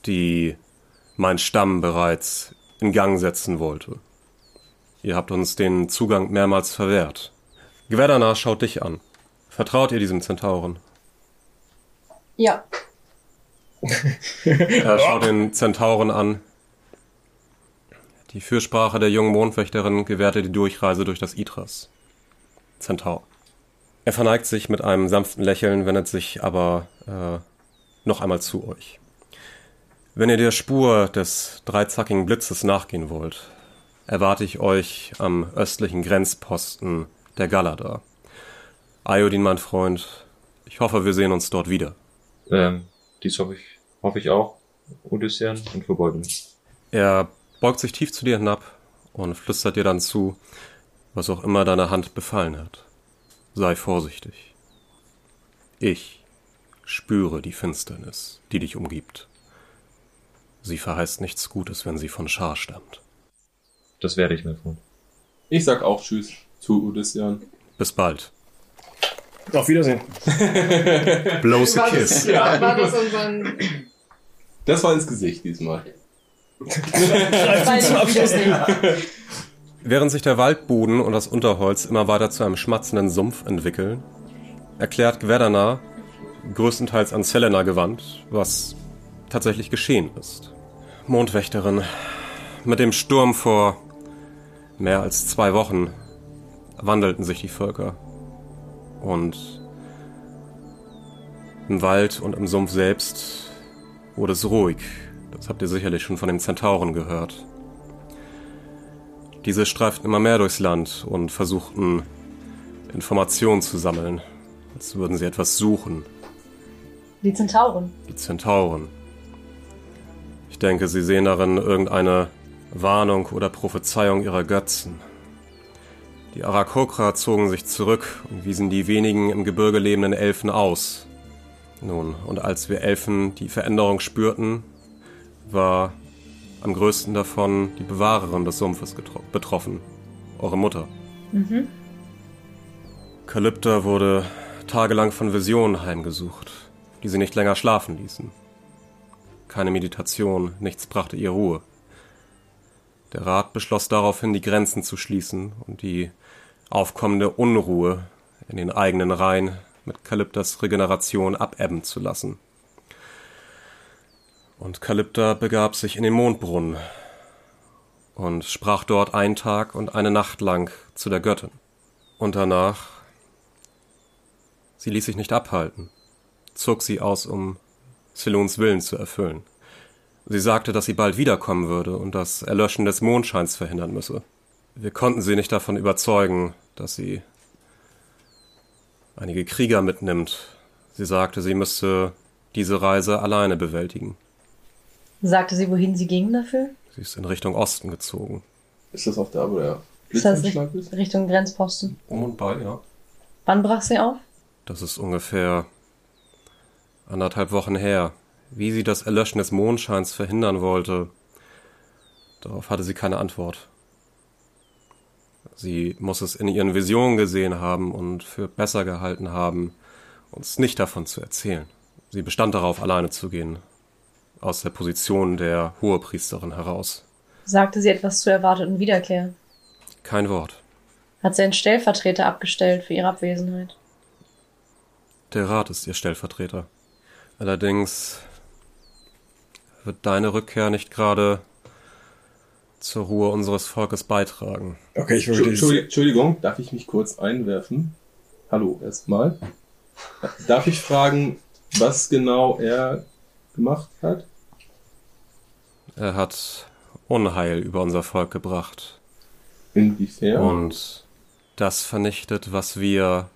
die mein Stamm bereits in Gang setzen wollte. Ihr habt uns den Zugang mehrmals verwehrt. Gwerdana schaut dich an. Vertraut ihr diesem Zentauren?
Ja.
Er schaut den Zentauren an. Die Fürsprache der jungen Mondwächterin gewährte die Durchreise durch das Idras. Zentaur. Er verneigt sich mit einem sanften Lächeln, wendet sich aber äh, noch einmal zu euch. Wenn ihr der Spur des dreizackigen Blitzes nachgehen wollt, erwarte ich euch am östlichen Grenzposten der Galada. Ayodin, mein Freund, ich hoffe, wir sehen uns dort wieder.
ähm, dies hoffe ich, hoffe ich auch, Odyssean, und verbeugen mich.
Er beugt sich tief zu dir hinab und flüstert dir dann zu, was auch immer deine Hand befallen hat. Sei vorsichtig. Ich spüre die Finsternis, die dich umgibt. Sie verheißt nichts Gutes, wenn sie von Schar stammt.
Das werde ich mir freuen.
Ich sag auch Tschüss zu Odyssean.
Bis bald.
Auf Wiedersehen.
Blows a
War das,
kiss.
Ja.
war das unseren,
Das war ins Gesicht diesmal.
Weil ich Wiedersehen.
Während sich der Waldboden und das Unterholz immer weiter zu einem schmatzenden Sumpf entwickeln, erklärt Gwerdana, größtenteils an Selena gewandt, was tatsächlich geschehen ist. Mondwächterin, mit dem Sturm vor mehr als zwei Wochen wandelten sich die Völker. Und im Wald und im Sumpf selbst wurde es ruhig. Das habt ihr sicherlich schon von dem Zentauren gehört. Diese streiften immer mehr durchs Land und versuchten, Informationen zu sammeln, als würden sie etwas suchen,
Die Zentauren.
die Zentauren. Ich denke, sie sehen darin irgendeine Warnung oder Prophezeiung ihrer Götzen. Die Arakokra zogen sich zurück und wiesen die wenigen im Gebirge lebenden Elfen aus. Nun, und als wir Elfen die Veränderung spürten, war am größten davon die Bewahrerin des Sumpfes getro- betroffen. Eure Mutter.
Mhm.
Kalypta wurde tagelang von Visionen heimgesucht, die sie nicht länger schlafen ließen. Keine Meditation, nichts brachte ihr Ruhe. Der Rat beschloss daraufhin, die Grenzen zu schließen und die aufkommende Unruhe in den eigenen Reihen mit Kalyptas Regeneration abebben zu lassen. Und Kalypta begab sich in den Mondbrunnen und sprach dort einen Tag und eine Nacht lang zu der Göttin. Und danach. Sie ließ sich nicht abhalten, zog sie aus, um Celuns Willen zu erfüllen. Sie sagte, dass sie bald wiederkommen würde und das Erlöschen des Mondscheins verhindern müsse. Wir konnten sie nicht davon überzeugen, dass sie einige Krieger mitnimmt. Sie sagte, sie müsste diese Reise alleine bewältigen.
Sagte sie, wohin sie gingen dafür?
Sie ist in Richtung Osten gezogen.
Ist das auch da, wo der
Ist das Richt- Richtung Grenzposten?
Um und bei, ja.
Wann brach sie auf?
Das ist ungefähr anderthalb Wochen her. Wie sie das Erlöschen des Mondscheins verhindern wollte, darauf hatte sie keine Antwort. Sie muss es in ihren Visionen gesehen haben und für besser gehalten haben, uns nicht davon zu erzählen. Sie bestand darauf, alleine zu gehen, aus der Position der Hohepriesterin heraus.
Sagte sie etwas zur erwarteten Wiederkehr?
Kein Wort.
Hat sie einen Stellvertreter abgestellt für ihre Abwesenheit?
Der Rat ist ihr Stellvertreter. Allerdings wird deine Rückkehr nicht gerade zur Ruhe unseres Volkes beitragen.
Okay, ich würde Entschuldigung, Entschuldigung, darf ich mich kurz einwerfen? Hallo, erstmal. Darf ich fragen, was genau er gemacht hat?
Er hat Unheil über unser Volk gebracht.
Inwiefern?
Und das vernichtet, was wir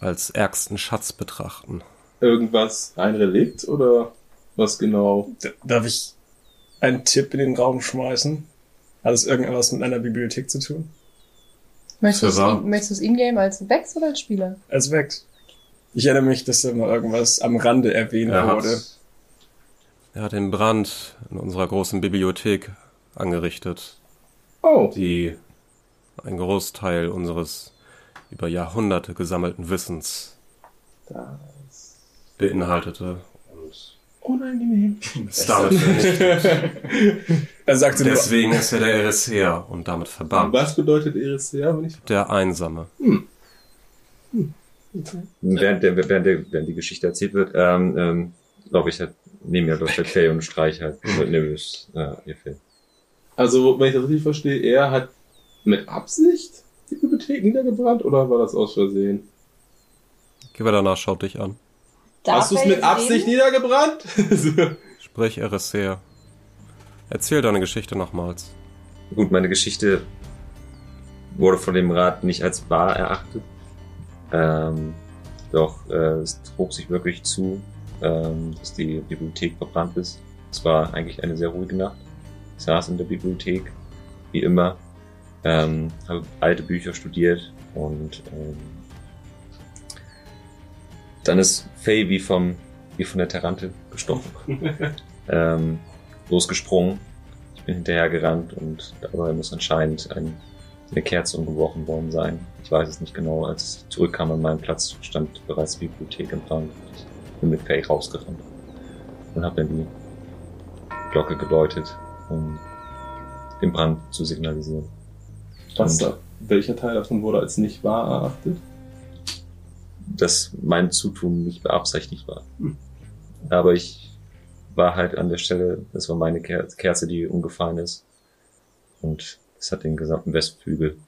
als ärgsten Schatz betrachten.
Irgendwas, ein Relikt oder was genau?
Darf ich einen Tipp in den Raum schmeißen? Hat es irgendetwas mit einer Bibliothek zu tun?
Möchtest du
Cesar.
es- möchtest du es in-game als Vex oder als Spieler?
Es wächst. Ich erinnere mich, dass da mal irgendwas am Rande erwähnt
Er hat,
wurde.
er hat den Brand in unserer großen Bibliothek angerichtet.
Oh.
Die einen Großteil unseres über Jahrhunderte gesammelten Wissens beinhaltete.
Unangenehm.
Ist damit vernichtet.
Er sagte nur-
Deswegen ist er der Erisea und damit verbannt.
Was bedeutet Erisea, wenn ich...
Der Einsame.
Während, der, während, der, während die Geschichte erzählt wird, ähm, ähm, glaube ich, halt, nehmen ja läuft halt Faye und Streich halt wird nervös. Ja, ihr Faye.
Also, wenn ich das richtig verstehe, er hat mit Absicht die Bibliothek niedergebrannt oder war das aus Versehen?
Geber danach schaut dich an.
Darf
Hast du es
er
mit
jetzt
Absicht niedergebrannt?
Sprich Erisea. Erzähl deine Geschichte nochmals.
Gut, meine Geschichte wurde von dem Rat nicht als wahr erachtet. Ähm, doch äh, es trug sich wirklich zu, ähm, dass die Bibliothek verbrannt ist. Es war eigentlich eine sehr ruhige Nacht. Ich saß in der Bibliothek, wie immer, ähm, habe alte Bücher studiert und ähm, dann ist Faye wie, vom, wie von der Tarantel gestochen ähm, losgesprungen. Ich bin hinterher gerannt und dabei muss anscheinend ein, eine Kerze umgeworfen worden sein. Ich weiß es nicht genau. Als ich zurückkam an meinen Platz, stand bereits die Bibliothek im Brand. Ich bin mit Faye rausgerannt und habe dann die Glocke geläutet, um den Brand zu signalisieren.
Was
Und
da? Welcher Teil davon wurde als nicht wahr erachtet?
dass mein Zutun nicht beabsichtigt war. Aber ich war halt an der Stelle, das war meine Ker- Kerze, die umgefallen ist. Und es hat den gesamten Westflügel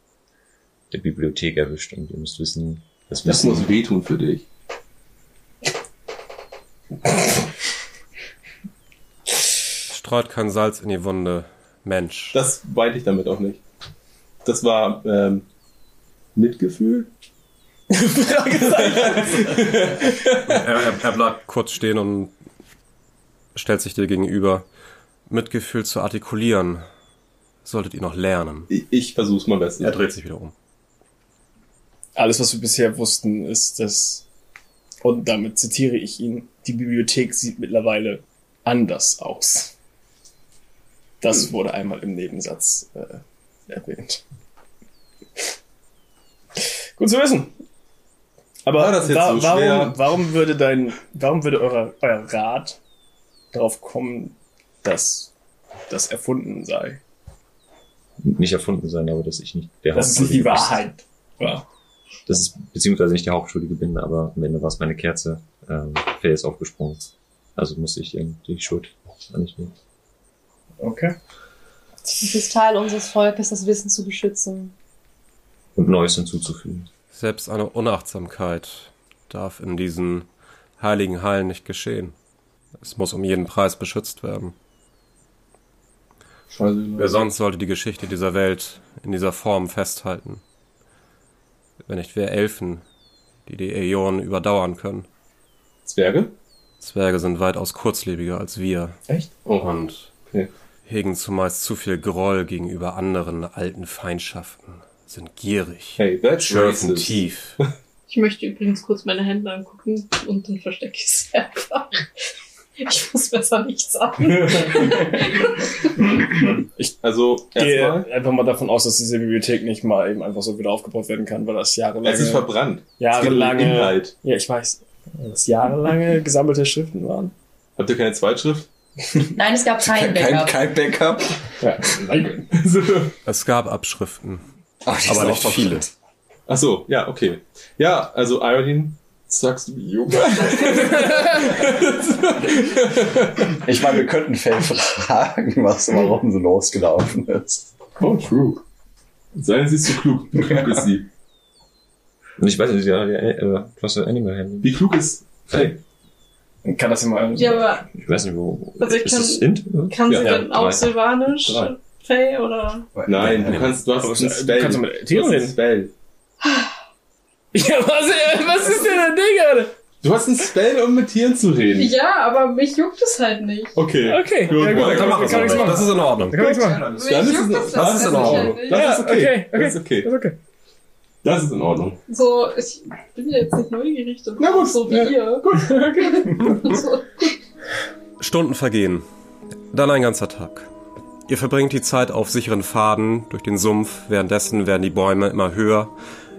der Bibliothek erwischt. Und ihr müsst wissen, das,
Das muss wehtun für dich.
Streut kein Salz in die Wunde. Mensch.
Das meinte ich damit auch nicht. Das war ähm, Mitgefühl?
er, er, er bleibt kurz stehen und stellt sich dir gegenüber. Mitgefühl zu artikulieren solltet ihr noch lernen.
Ich, ich versuch's mal besser.
Er dreht sich wieder um.
Alles, was wir bisher wussten, ist, dass, und damit zitiere ich ihn, die Bibliothek sieht mittlerweile anders aus. Das
Hm.
wurde einmal im Nebensatz äh, erwähnt. Gut zu wissen. Aber
War das jetzt
wa-
so
warum,
schwer?
warum würde dein, warum würde euer, euer Rat darauf kommen, dass das erfunden sei?
nicht erfunden sein, aber dass ich nicht der
Das ist nicht die
Hauptschuldige
Wahrheit. war.
bin. Das ist beziehungsweise nicht der Hauptschuldige bin, aber am Ende war es meine Kerze. Ähm, Faye ist aufgesprungen. Also musste ich irgendwie die Schuld an mich nehmen.
Okay.
Es ist Teil unseres Volkes, das Wissen zu beschützen.
und Neues hinzuzufügen.
Selbst eine Unachtsamkeit darf in diesen heiligen Hallen nicht geschehen. Es muss um jeden Preis beschützt werden. Wer sonst sollte die Geschichte dieser Welt in dieser Form festhalten? Wenn nicht wir Elfen, die die Äonen überdauern können.
Zwerge?
Zwerge sind weitaus kurzlebiger als wir.
Echt?
Oh. Und hegen zumeist zu viel Groll gegenüber anderen alten Feindschaften, sind gierig,
Hey, that's
schürfen
racist.
tief.
Ich möchte übrigens kurz meine Hände angucken und dann verstecke ich sie einfach. Ich muss besser nichts sagen.
Ich also
gehe einfach mal davon aus, dass diese Bibliothek nicht mal eben einfach so wieder aufgebaut werden kann, weil das jahrelang.
Es ist verbrannt. Es gibt
Jahrelange.
Inhalt.
Ja, ich weiß. Das jahrelange gesammelte Schriften waren.
Habt ihr keine Zweitschrift?
Nein, es gab kein Backup.
Backup.
Ja,
danke.
Es gab Abschriften,
die
aber
sind
nicht
auch
viele.
Ach so, ja, okay. Ja, also Ironin, sagst du mir Yoga?
Ich meine, wir könnten Fell fragen, was warum so losgelaufen ist.
Oh, true. Seien Sie so klug. Wie klug ist sie?
Und ich weiß nicht, ja, die, äh, was für Animal Handling.
Wie klug ist Faye?
Kann das immer.
ja, aber
Ich weiß nicht, wo.
Also ich
ist
kann-
das Int? oder?
kann sie
Ja,
denn
drei.
auch Silvanisch,
Drei.
Faye oder?
Nein, du kannst, du hast
Aber
einen
du
Spell.
kannst doch mit Tieren
Du hast einen
reden.
Spell.
Ja, was, äh, was ist denn das Ding, Alter?
Du hast einen Spell, um mit Tieren zu reden.
Ja, aber mich juckt es halt nicht.
Okay.
Okay,
Gut,
ja, gut,
dann
dann
machen
kann
wir
ich nichts
es
machen.
Das ist in Ordnung.
Da kann man nichts machen.
Mich
Dann ist
juckt
es, das ist in
halt
Ordnung.
nicht.
Das ist okay.
okay, okay.
Das ist okay.
Ist okay.
Das ist in Ordnung.
So, ich bin ja jetzt nicht neugierig, das ist so wie ihr. So.
Stunden vergehen. Dann ein ganzer Tag. Ihr verbringt die Zeit auf sicheren Faden durch den Sumpf, währenddessen werden die Bäume immer höher,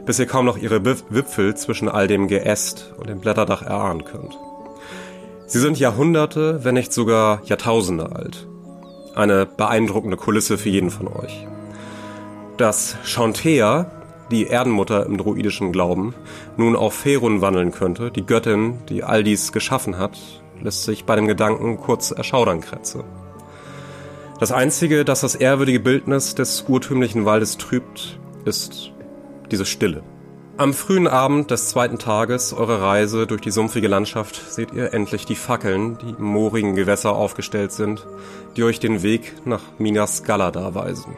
bis ihr kaum noch ihre Wip- Wipfel zwischen all dem Geäst und dem Blätterdach erahnen könnt. Sie sind Jahrhunderte, wenn nicht sogar Jahrtausende alt. Eine beeindruckende Kulisse für jeden von euch. Dass Chantea, die Erdenmutter im druidischen Glauben, nun auf Ferun wandeln könnte, die Göttin, die all dies geschaffen hat, lässt sich bei dem Gedanken kurz erschaudern krätze. Das Einzige, das das ehrwürdige Bildnis des urtümlichen Waldes trübt, ist diese Stille. Am frühen Abend des zweiten Tages eurer Reise durch die sumpfige Landschaft seht ihr endlich die Fackeln, die im moorigen Gewässer aufgestellt sind, die euch den Weg nach Minas Galada weisen.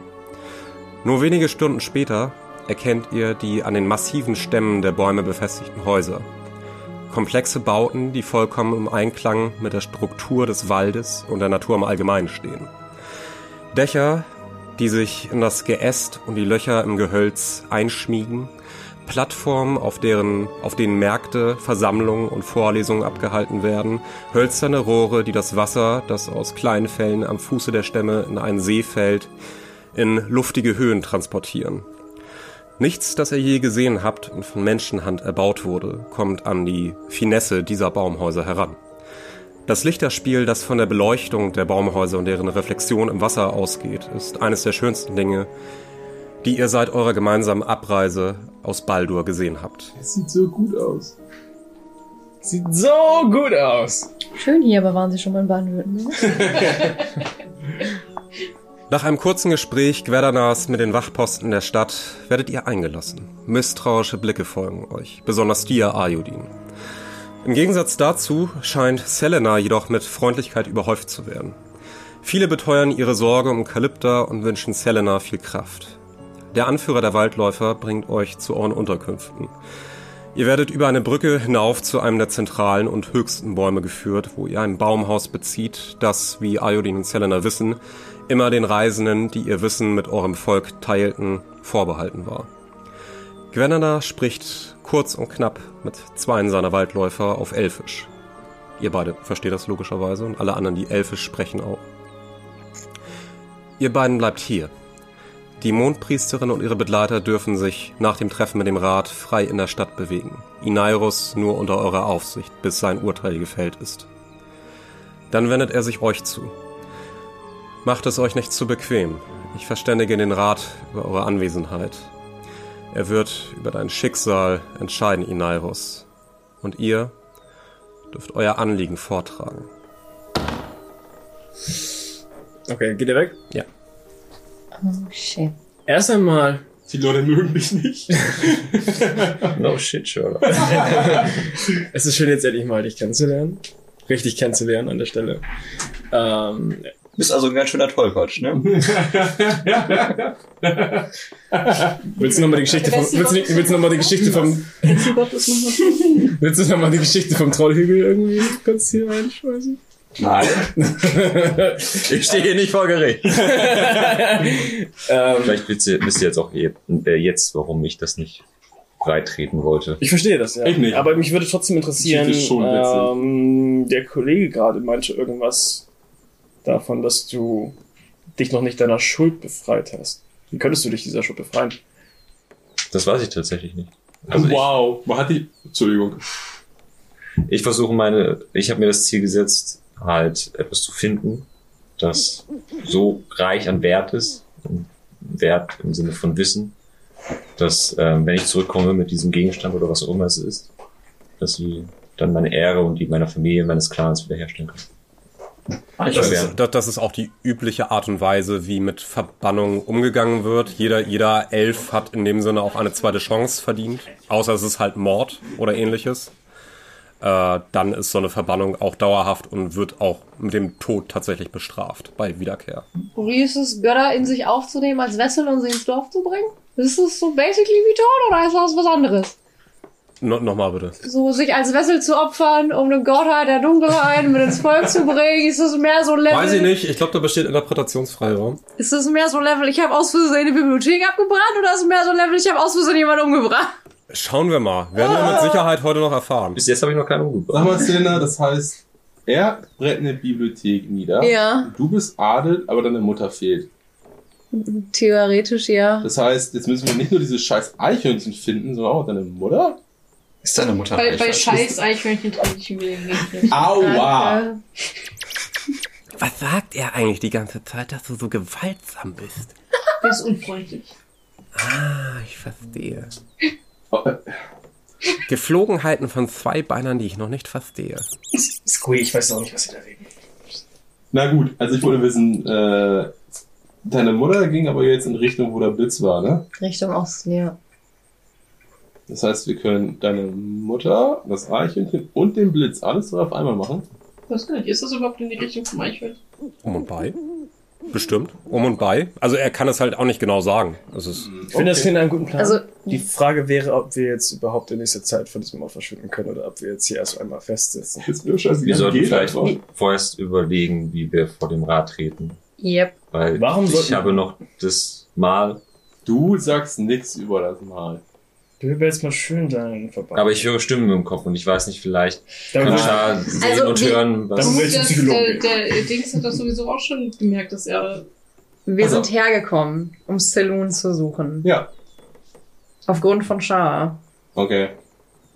Nur wenige Stunden später erkennt ihr die an den massiven Stämmen der Bäume befestigten Häuser. Komplexe Bauten, die vollkommen im Einklang mit der Struktur des Waldes und der Natur im Allgemeinen stehen. Dächer, die sich in das Geäst und die Löcher im Gehölz einschmiegen, Plattformen, auf, deren, auf denen Märkte, Versammlungen und Vorlesungen abgehalten werden, hölzerne Rohre, die das Wasser, das aus kleinen Fällen am Fuße der Stämme in einen See fällt, in luftige Höhen transportieren. Nichts, das ihr je gesehen habt und von Menschenhand erbaut wurde, kommt an die Finesse dieser Baumhäuser heran. Das Lichterspiel, das von der Beleuchtung der Baumhäuser und deren Reflexion im Wasser ausgeht, ist eines der schönsten Dinge, die ihr seit eurer gemeinsamen Abreise aus Baldur gesehen habt.
Es sieht so gut aus.
Sieht so gut aus.
Schön hier, aber waren sie schon mal in Baden-Württemberg?
Nach einem kurzen Gespräch Gwerdanas mit den Wachposten der Stadt werdet ihr eingelassen. Misstrauische Blicke folgen euch, besonders dir, Ayodin. Im Gegensatz dazu scheint Selena jedoch mit Freundlichkeit überhäuft zu werden. Viele beteuern ihre Sorge um Kalypta und wünschen Selena viel Kraft. Der Anführer der Waldläufer bringt euch zu euren Unterkünften. Ihr werdet über eine Brücke hinauf zu einem der zentralen und höchsten Bäume geführt, wo ihr ein Baumhaus bezieht, das, wie Ayodin und Selena wissen, immer den Reisenden, die ihr Wissen mit eurem Volk teilten, vorbehalten war. Gwenana spricht kurz und knapp mit zwei seiner Waldläufer auf Elfisch. Ihr beide versteht das logischerweise und alle anderen, die Elfisch sprechen, auch. Ihr beiden bleibt hier. Die Mondpriesterin und ihre Begleiter dürfen sich nach dem Treffen mit dem Rat frei in der Stadt bewegen. Inairus nur unter eurer Aufsicht, bis sein Urteil gefällt ist. Dann wendet er sich euch zu. Macht es euch nicht zu bequem. Ich verständige den Rat über eure Anwesenheit. Er wird über dein Schicksal entscheiden, Inairus. Und ihr dürft euer Anliegen vortragen.
Okay, geht er weg?
Ja.
Oh, shit.
Erst einmal
Die Leute mögen mich nicht.
No shit, Sherlock. es ist schön, jetzt endlich mal dich kennenzulernen. Richtig kennenzulernen an der Stelle. Ähm,
Bist also ein ganz schöner Tollpatsch, ne?
willst du nochmal die Geschichte vom, willst du, willst du noch mal die Geschichte vom, willst du noch mal die Geschichte vom Trollhügel irgendwie kurz hier reinschmeißen?
Nein.
Ich stehe hier nicht vor Gericht.
Ähm,
Vielleicht wisst ihr, wisst ihr jetzt auch je, äh, jetzt, warum ich das nicht breitreten wollte.
Ich verstehe das, ja.
Ich nicht.
Aber mich würde trotzdem interessieren,
Geschichte ist schon
ähm, der Kollege gerade meinte irgendwas davon, dass du dich noch nicht deiner Schuld befreit hast. Wie könntest du dich dieser Schuld befreien?
Das weiß ich tatsächlich nicht.
Also wow, man hat die. Entschuldigung.
Ich versuche meine, ich habe mir das Ziel gesetzt, halt etwas zu finden, das so reich an Wert ist, Wert im Sinne von Wissen, dass ähm, wenn ich zurückkomme mit diesem Gegenstand oder was auch immer es ist, dass ich dann meine Ehre und die meiner Familie, meines Clans wiederherstellen kann.
Das ist, das, das ist auch die übliche Art und Weise, wie mit Verbannung umgegangen wird. Jeder, jeder Elf hat in dem Sinne auch eine zweite Chance verdient, außer es ist halt Mord oder ähnliches. Äh, dann ist so eine Verbannung auch dauerhaft und wird auch mit dem Tod tatsächlich bestraft bei Wiederkehr.
Wie ist es, Götter in sich aufzunehmen als Wessel und sie ins Dorf zu bringen? Ist es so basically wie Tod oder ist das was anderes?
No, Nochmal bitte.
So sich als Wessel zu opfern, um eine Gottheit der Dunkelheit mit ins Volk zu bringen, ist es mehr so ein Level.
Weiß ich nicht, ich glaube, da besteht Interpretationsfreiraum.
Ist das mehr so ein Level, ich habe aus Versehen eine Bibliothek abgebrannt oder ist es mehr so ein Level, ich habe aus Versehen jemanden umgebracht?
Schauen wir mal. Werden wir mit Sicherheit heute noch erfahren. Bis
jetzt habe ich noch keinen
Sag mal,
umgebracht.
Selena, das heißt, er brennt eine Bibliothek nieder.
Ja.
Du bist Adel, aber deine Mutter fehlt.
Theoretisch ja.
Das heißt, jetzt müssen wir nicht nur diese scheiß Eichhörnchen finden, sondern auch deine Mutter.
Ist deine Mutter
Bei, bei scheiß Eichhörnchen trinke ich mir nicht.
Aua.
Was sagt er eigentlich die ganze Zeit, dass du so gewaltsam bist?
Das ist unfreundlich.
Ah, ich verstehe. Geflogenheiten von Zweibeinern, die ich noch nicht verstehe.
Squee, ich weiß auch nicht, was sie da reden.
Na gut, also ich wollte wissen, äh, deine Mutter ging aber jetzt in Richtung, wo der Blitz war, ne?
Richtung Osten, ja.
Das heißt, wir können deine Mutter, das Eichhörnchen und den Blitz alles drei auf einmal machen.
Was nicht, ist das überhaupt in die Richtung vom Eichhörnchen?
Um und bei. Bestimmt. Um und bei. Also er kann es halt auch nicht genau sagen. Es ist
Ich finde das klingt einen guten Plan.
Also-
die Frage wäre, ob wir jetzt überhaupt in nächster Zeit von diesem Ort verschwinden können oder ob wir jetzt hier erst einmal festsitzen.
Ist mir scheißegal.
Wir sollten vielleicht
einfach.
vorerst überlegen, wie wir vor dem Rat treten.
Yep.
Weil
Warum
ich
sollten-
habe noch das Mal.
Du sagst nichts über das Mal.
Du überhältst mal schön deinen Verband.
Aber ich höre Stimmen im Kopf und ich weiß nicht, vielleicht
Dann
kann ich
würde-
da sehen
Also,
und
wie-
hören, was
Und der, der, der Dings hat das sowieso auch schon gemerkt, dass er
Wir
Also-
sind hergekommen, um Saloon zu suchen.
Ja.
Aufgrund von Shah.
Okay.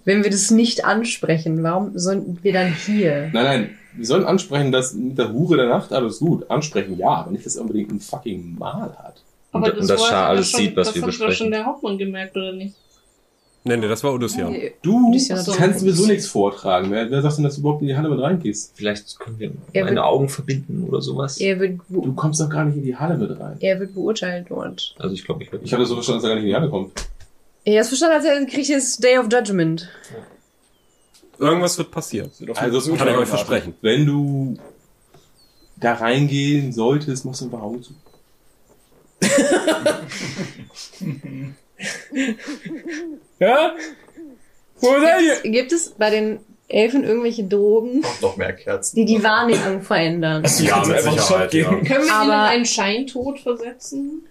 Wenn wir das nicht ansprechen, warum sind wir dann hier?
Nein, nein, wir sollen ansprechen, dass mit der Hure der Nacht alles gut. Ansprechen, ja, aber nicht, dass er unbedingt ein fucking Mal hat.
Aber
Und- und dass
vorher
Schar
hat er
alles
schon-
sieht, was
das
wir
hat doch
besprechen.
schon der Hauptmann gemerkt, oder nicht?
Nee, nee, das war Odyssean.
Du
Odyssean hat-
kannst sowieso nichts vortragen. Wer, wer sagt denn, dass du überhaupt in die Halle mit reingehst?
Vielleicht können wir
Er meine wird-
Augen verbinden oder sowas.
Er wird,
Du kommst doch gar nicht in die Halle mit rein.
er wird beurteilt und.
Also ich glaube, ich
Ich habe das so verstanden, dass er gar nicht in die Halle kommt.
Er ist verstanden, als er kriegt jetzt Day of Judgment.
Irgendwas wird passieren.
Also das
kann ich euch versprechen.
Wenn du da reingehen solltest, machst du ein paar Augen zu.
Ja? Wo
seid ihr? Gibt es bei den Elfen irgendwelche Drogen,
Noch mehr Kerzen.
die die Wahrnehmung verändern?
Ja, mit Sicherheit, ja.
Können wir ihn in
Aber-
einen Scheintod versetzen?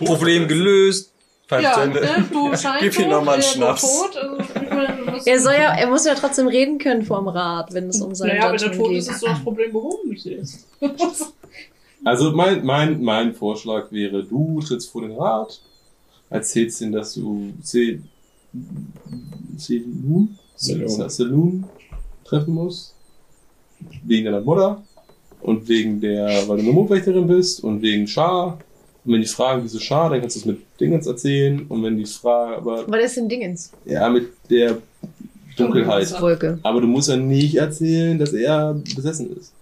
Problem gelöst.
Ja, ne? Du Scheintod,
Gib ihm noch mal einen
äh, du
Schnaps.
Tot, also, ich meine, was-
Er soll ja, er muss ja trotzdem reden können vor dem Rat, wenn es um sein
Naja, wenn er
Judgment
tot
geht.
ist, ist so das Problem behoben, Michael.
Also mein, mein, mein Vorschlag wäre, du trittst vor den Rat, erzählst ihm, dass du Se- Saloon,
Saloon.
Saloon treffen musst, wegen deiner Mutter und wegen der, weil du eine Mondwächterin bist und wegen Schar. Und wenn die fragen, wieso Schar, dann kannst du es mit Dingens erzählen und wenn die fragen, aber
Was ist denn Dingens?
ja, mit der Dunkelheit.
Wolke.
Aber du musst ja nicht erzählen, dass er besessen ist.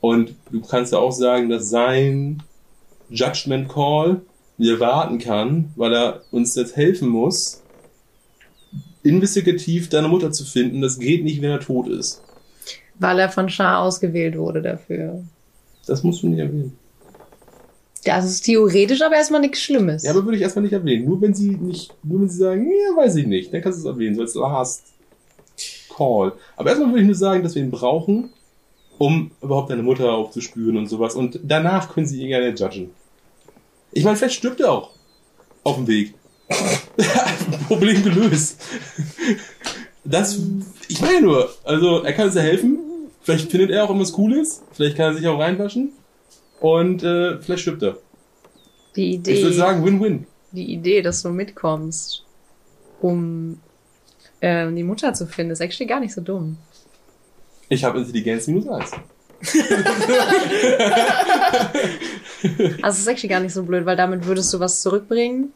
Und du kannst ja auch sagen, dass sein Judgment Call wir warten kann, weil er uns jetzt helfen muss, investigativ deine Mutter zu finden. Das geht nicht, wenn er tot ist.
Weil er von Shah ausgewählt wurde dafür.
Das musst du nicht erwähnen.
Das ist theoretisch aber erstmal nichts Schlimmes.
Ja, aber würde ich erstmal nicht erwähnen. Nur wenn sie nicht, nur wenn sie sagen, ja, weiß ich nicht, dann kannst du es erwähnen, so als Last Call. Aber erstmal würde ich nur sagen, dass wir ihn brauchen, um überhaupt deine Mutter aufzuspüren und sowas. Und danach können sie ihn gerne judgen. Ich meine, vielleicht stirbt er auch auf dem Weg. Problem gelöst. Das, ich meine nur, also er kann uns ja helfen. Vielleicht findet er auch irgendwas Cooles. Vielleicht kann er sich auch reinwaschen. Und äh, vielleicht stirbt er.
Die Idee.
Ich würde sagen, Win-Win.
die Idee, dass du mitkommst, um ähm, die Mutter zu finden, ist actually gar nicht so dumm.
Ich habe Intelligenz minus eins.
Also es ist actually gar nicht so blöd, weil damit würdest du was zurückbringen.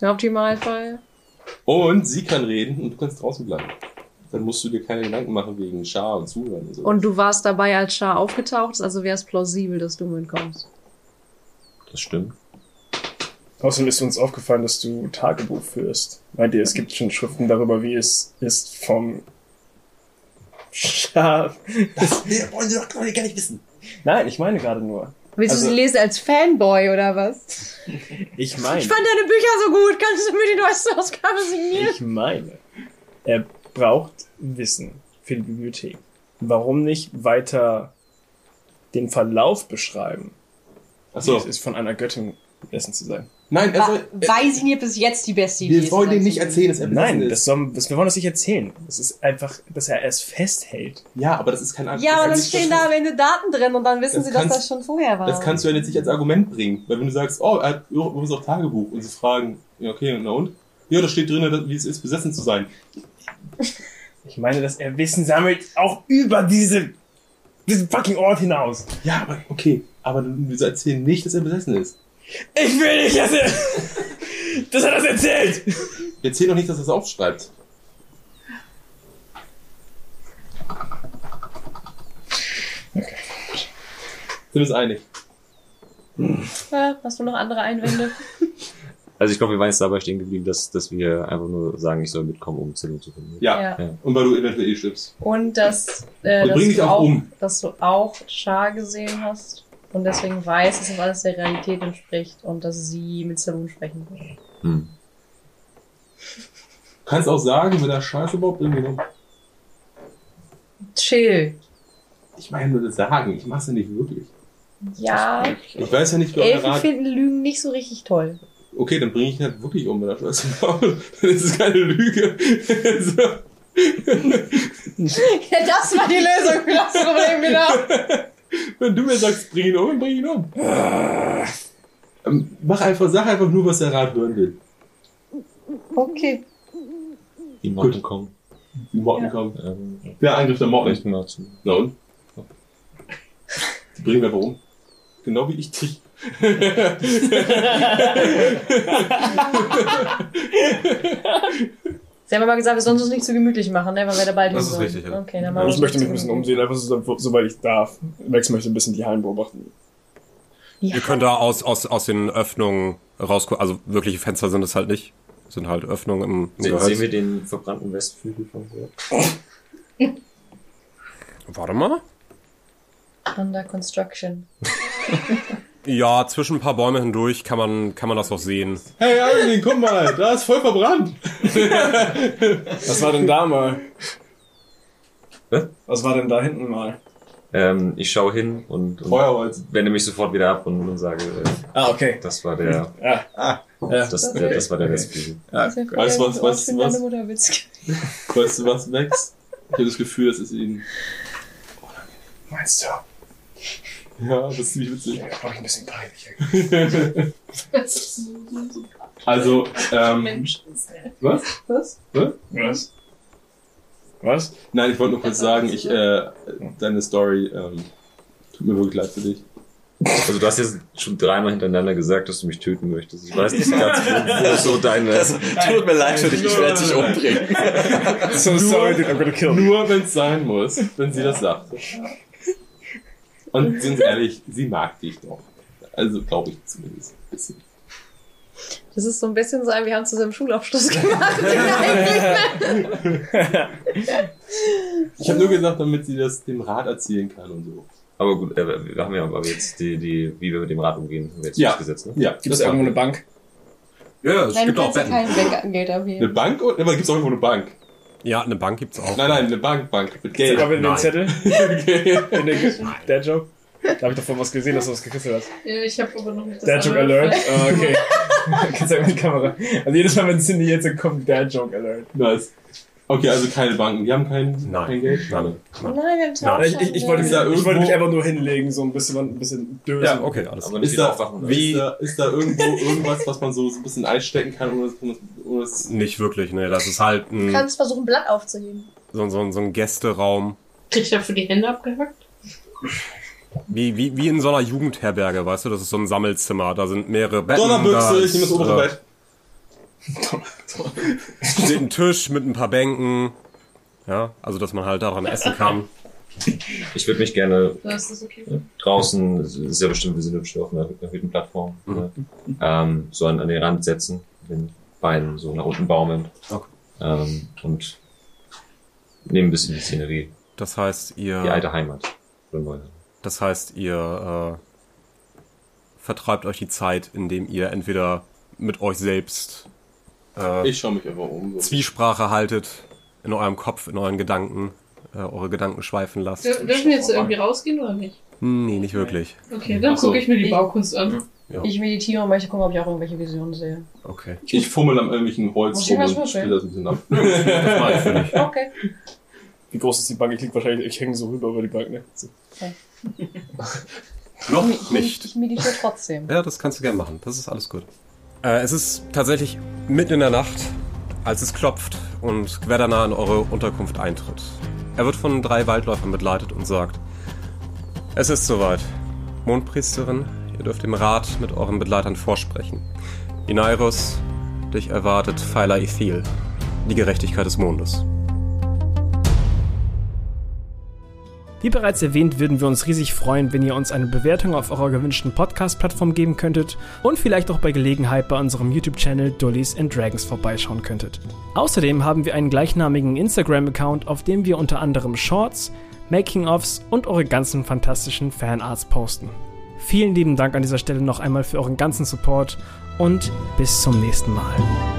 Im Optimalfall.
Und sie kann reden und du kannst draußen bleiben. Dann musst du dir keine Gedanken machen wegen Schar und Zuhören und so.
Und du warst dabei, als Shah aufgetaucht ist, also wäre es plausibel, dass du mitkommst.
Das stimmt.
Außerdem ist uns aufgefallen, dass du Tagebuch führst. Meint ihr, es gibt schon Schriften darüber, wie es ist vom Schaf. Das
wollen sie doch gar nicht wissen.
Nein, ich meine gerade nur.
Willst du
Also,
sie lesen als Fanboy oder was?
Ich meine.
Ich fand deine Bücher so gut, kannst du mir die neueste Ausgabe signieren?
Ich meine, er braucht Wissen für die Bibliothek. Warum nicht weiter den Verlauf beschreiben?
Achso.
Es ist von einer Göttin besessen zu sein.
Nein, also, äh,
Wa- Ah, weiß ich nicht, bis jetzt die beste Idee ist, sagst du.
Nein, das soll, das, wir wollen das nicht erzählen. Das ist einfach, dass er es festhält.
Ja, aber das ist kein
Ja, aber dann stehen da am Ende Daten drin und dann wissen
Das
sie, dass
kannst-
das schon vorher war.
Das kannst du ja jetzt nicht als Argument bringen. Weil wenn du sagst, oh, er hat übrigens auch Tagebuch und sie fragen, ja, okay, na und? Ja, da steht drin, dass- wie es ist, besessen zu sein.
Ich meine, dass er Wissen sammelt, auch über diese, diesen fucking Ort hinaus.
Ja, aber okay. Aber du du erzählen nicht, dass er besessen ist.
Ich will nicht, dass er, dass er das erzählt!
Erzähl doch nicht, dass er es aufschreibt. Sind wir uns einig?
Ja, Hast du noch andere Einwände?
Also ich glaube, wir waren jetzt dabei stehen geblieben, dass, dass wir einfach nur sagen, ich soll mitkommen, um Zillow zu finden.
Ja. Ja.
Und weil du eventuell eh stirbst.
Und dass, äh,
Und
dass,
bring dich
du
auch um.
dass du auch Char gesehen hast und deswegen weißt, dass das alles der Realität entspricht und dass sie mit Saloon sprechen können.
Kannst auch sagen, wenn er Scheiße überhaupt irgendwie noch.
Chill.
Ich meine nur das Sagen, ich mach's ja nicht wirklich.
Ja,
Ich weiß ja nicht, wie euer
Elfen
Rat.
finden Lügen nicht so richtig toll.
Okay, dann bringe ich ihn halt wirklich um, wenn er Scheiße überhaupt. Das ist keine Lüge.
Ja, das war die Lösung für das Problem, genau.
Wenn du mir sagst, bring ihn um, dann bring ihn um. Ähm, Mach einfach, sag einfach nur, was der Rat hören will.
Okay.
Die Motten kommen. Ähm,
Die Motten kommen. Der Angriff der Motten.
Vielleicht mal zu.
Na und? Die bringen wir einfach um. Genau wie ich dich.
Sie haben aber gesagt, wir sollen uns nicht zu gemütlich machen, ne? weil wir da bald
Das
hin
ist
sollen.
richtig, ja.
Okay, dann machen wir
Also Ich
uns
möchte
nicht
mich ein bisschen
zu gemütlich.
umsehen, einfach so, soweit ich darf. Max möchte ein bisschen die Hallen beobachten.
Ihr könnt da aus, aus, aus den Öffnungen rausgucken. Also wirkliche Fenster sind es halt nicht. Sind halt Öffnungen im, im
Se
Gehölz.
sehen wir den verbrannten Westflügel von hier?
Warte mal.
um-
Under construction.
Ja, zwischen ein paar Bäume hindurch kann man, kann man das noch sehen.
Hey Armin, guck mal, da ist voll verbrannt.
Was war denn da mal? Was war denn da hinten mal?
Ähm, ich schaue hin und, und
Feuerholz.
wende mich sofort wieder ab und, und sage, äh,
ah, okay.
das war der.
Ah,
ah,
Das, äh, das war der Westflügel.
Ja.
Das ist ja
Weißt du was,
vielleicht
weißt du
ein Ort für
was,
deine Mutter, Witz.
weißt du was, Max? Ich habe das Gefühl, das ist ihnen.
Meinst du?
Ja, das ist ziemlich witzig.
Ja, brauche ich ein bisschen peinlich.
Also, ähm. Was?
Was?
Was?
Was? Was?
Nein, ich wollte nur kurz sagen, ich, äh, deine Story, ähm, tut mir wirklich leid für dich.
Also du hast jetzt schon dreimal hintereinander gesagt, dass du mich töten möchtest. Ich weiß nicht ganz, genau, wo, wo so deine...
tut mir leid für dich, ich werde dich
um.
umbringen.
So sorry, dude, I'm gonna kill
you. Nur wenn es sein muss, wenn sie das sagt. Und sind wir ehrlich, sie mag dich doch. Also glaube ich zumindest ein bisschen.
Das ist so ein bisschen so ein, wir haben zusammen Schulabschluss gemacht. Eigentlich.
Ich habe nur gesagt, damit sie das dem Rat erzählen kann und so.
Aber gut, äh, wir haben ja aber jetzt die, die, wie wir mit dem Rad umgehen, haben wir jetzt
Ja.
durchgesetzt, ne?
Ja. Gibt es irgendwo eine
Bank?
Ja, es
Nein,
gibt
du
auch
kannst ja
Betten.
kein Bankgeld abheben.
Eine Bank? Und, aber gibt's auch irgendwo eine Bank?
Ja, eine Bank gibt's auch.
Nein, nein, eine Bank, Bank. Mit Geld.
Ich habe den
Nein.
Zettel. In den Dad Joke. Da habe ich doch vorhin was gesehen, dass du was gekritzelt hast.
Äh, Ich habe aber noch nicht
Dad Joke
andere
Alert.
Feld.
Ah, okay. Kannst ja mal die Kamera. Also jedes Mal, wenn Cindy jetzt kommt, Dad Joke Alert.
Nice. Okay, also keine Banken. Die haben kein, kein Geld. Schade.
Nein, wir haben
Nein,
ich, ich, ich, wollte mich,
Ist da
ich wollte
irgendwo-
mich einfach nur hinlegen, so ein bisschen, ein bisschen dösen.
Also,
Ja, okay, alles
Aber
ist, da,
Wie-
ist, da, ist da irgendwo irgendwas, was man so, so ein bisschen einstecken kann, ohne das, ohne das
Nicht wirklich, ne. Das ist halt
Du
ein,
kannst versuchen, ein Blatt aufzuheben.
so, so, so ein Gästeraum.
Krieg ich dafür die Hände abgehackt?
Wie, wie, wie in so einer Jugendherberge, weißt du? Das ist so ein Sammelzimmer. Da sind mehrere Betten.
Donnerbüchse,
da
ich nehme das obere
äh,
Bett.
Steht ein Tisch mit ein paar Bänken. Ja, also dass man halt daran essen kann.
Ich würde mich gerne
Das ist okay.
draußen, sehr ja bestimmt, wir sind ja bestimmt auf einer erhöhten Plattform, ne? ähm, so an, an den Rand setzen, mit den Beinen so nach unten baumeln ähm, und nehmen ein bisschen die Szenerie.
Das heißt, ihr.
Die alte Heimat. Oder neue.
Das heißt, ihr äh, vertreibt euch die Zeit, indem ihr entweder mit euch selbst äh,
Ich schau mich einfach um. So.
Zwiesprache haltet, in eurem Kopf, in euren Gedanken, äh, eure Gedanken schweifen lasst. Hm,
Dür dürfen wir jetzt irgendwie rausgehen oder nicht?
Nee, nicht wirklich.
Okay, dann
Ach so.
gucke ich mir die Baukunst an.
Ja.
Ich meditiere und möchte gucken, ob ich auch irgendwelche Visionen sehe.
Okay.
Ich fummel am irgendwelchen Holz
Muss ich
rum
was
und
würfeln?
spiele das ein bisschen ab.
Okay.
Wie groß ist die Bank? Ich lieg wahrscheinlich, ich hänge so rüber über die Bank, ne? So.
okay.
Noch nicht.
Ich meditiere trotzdem.
Ja, das kannst du gerne machen. Das ist alles gut. Äh, es ist tatsächlich mitten in der Nacht, als es klopft und Gwerdana in eure Unterkunft eintritt. Er wird von drei Waldläufern begleitet und sagt, es ist soweit. Mondpriesterin, ihr dürft im Rat mit euren Begleitern vorsprechen. Inairus, dich erwartet Pfeiler Ethil, die Gerechtigkeit des Mondes.
Wie bereits erwähnt, würden wir uns riesig freuen, wenn ihr uns eine Bewertung auf eurer gewünschten Podcast-Plattform geben könntet und vielleicht auch bei Gelegenheit bei unserem YouTube-Channel Dullies and Dragons vorbeischauen könntet. Außerdem haben wir einen gleichnamigen Instagram-Account, auf dem wir unter anderem Shorts, Making-ofs und eure ganzen fantastischen Fanarts posten. Vielen lieben Dank an dieser Stelle noch einmal für euren ganzen Support und bis zum nächsten Mal.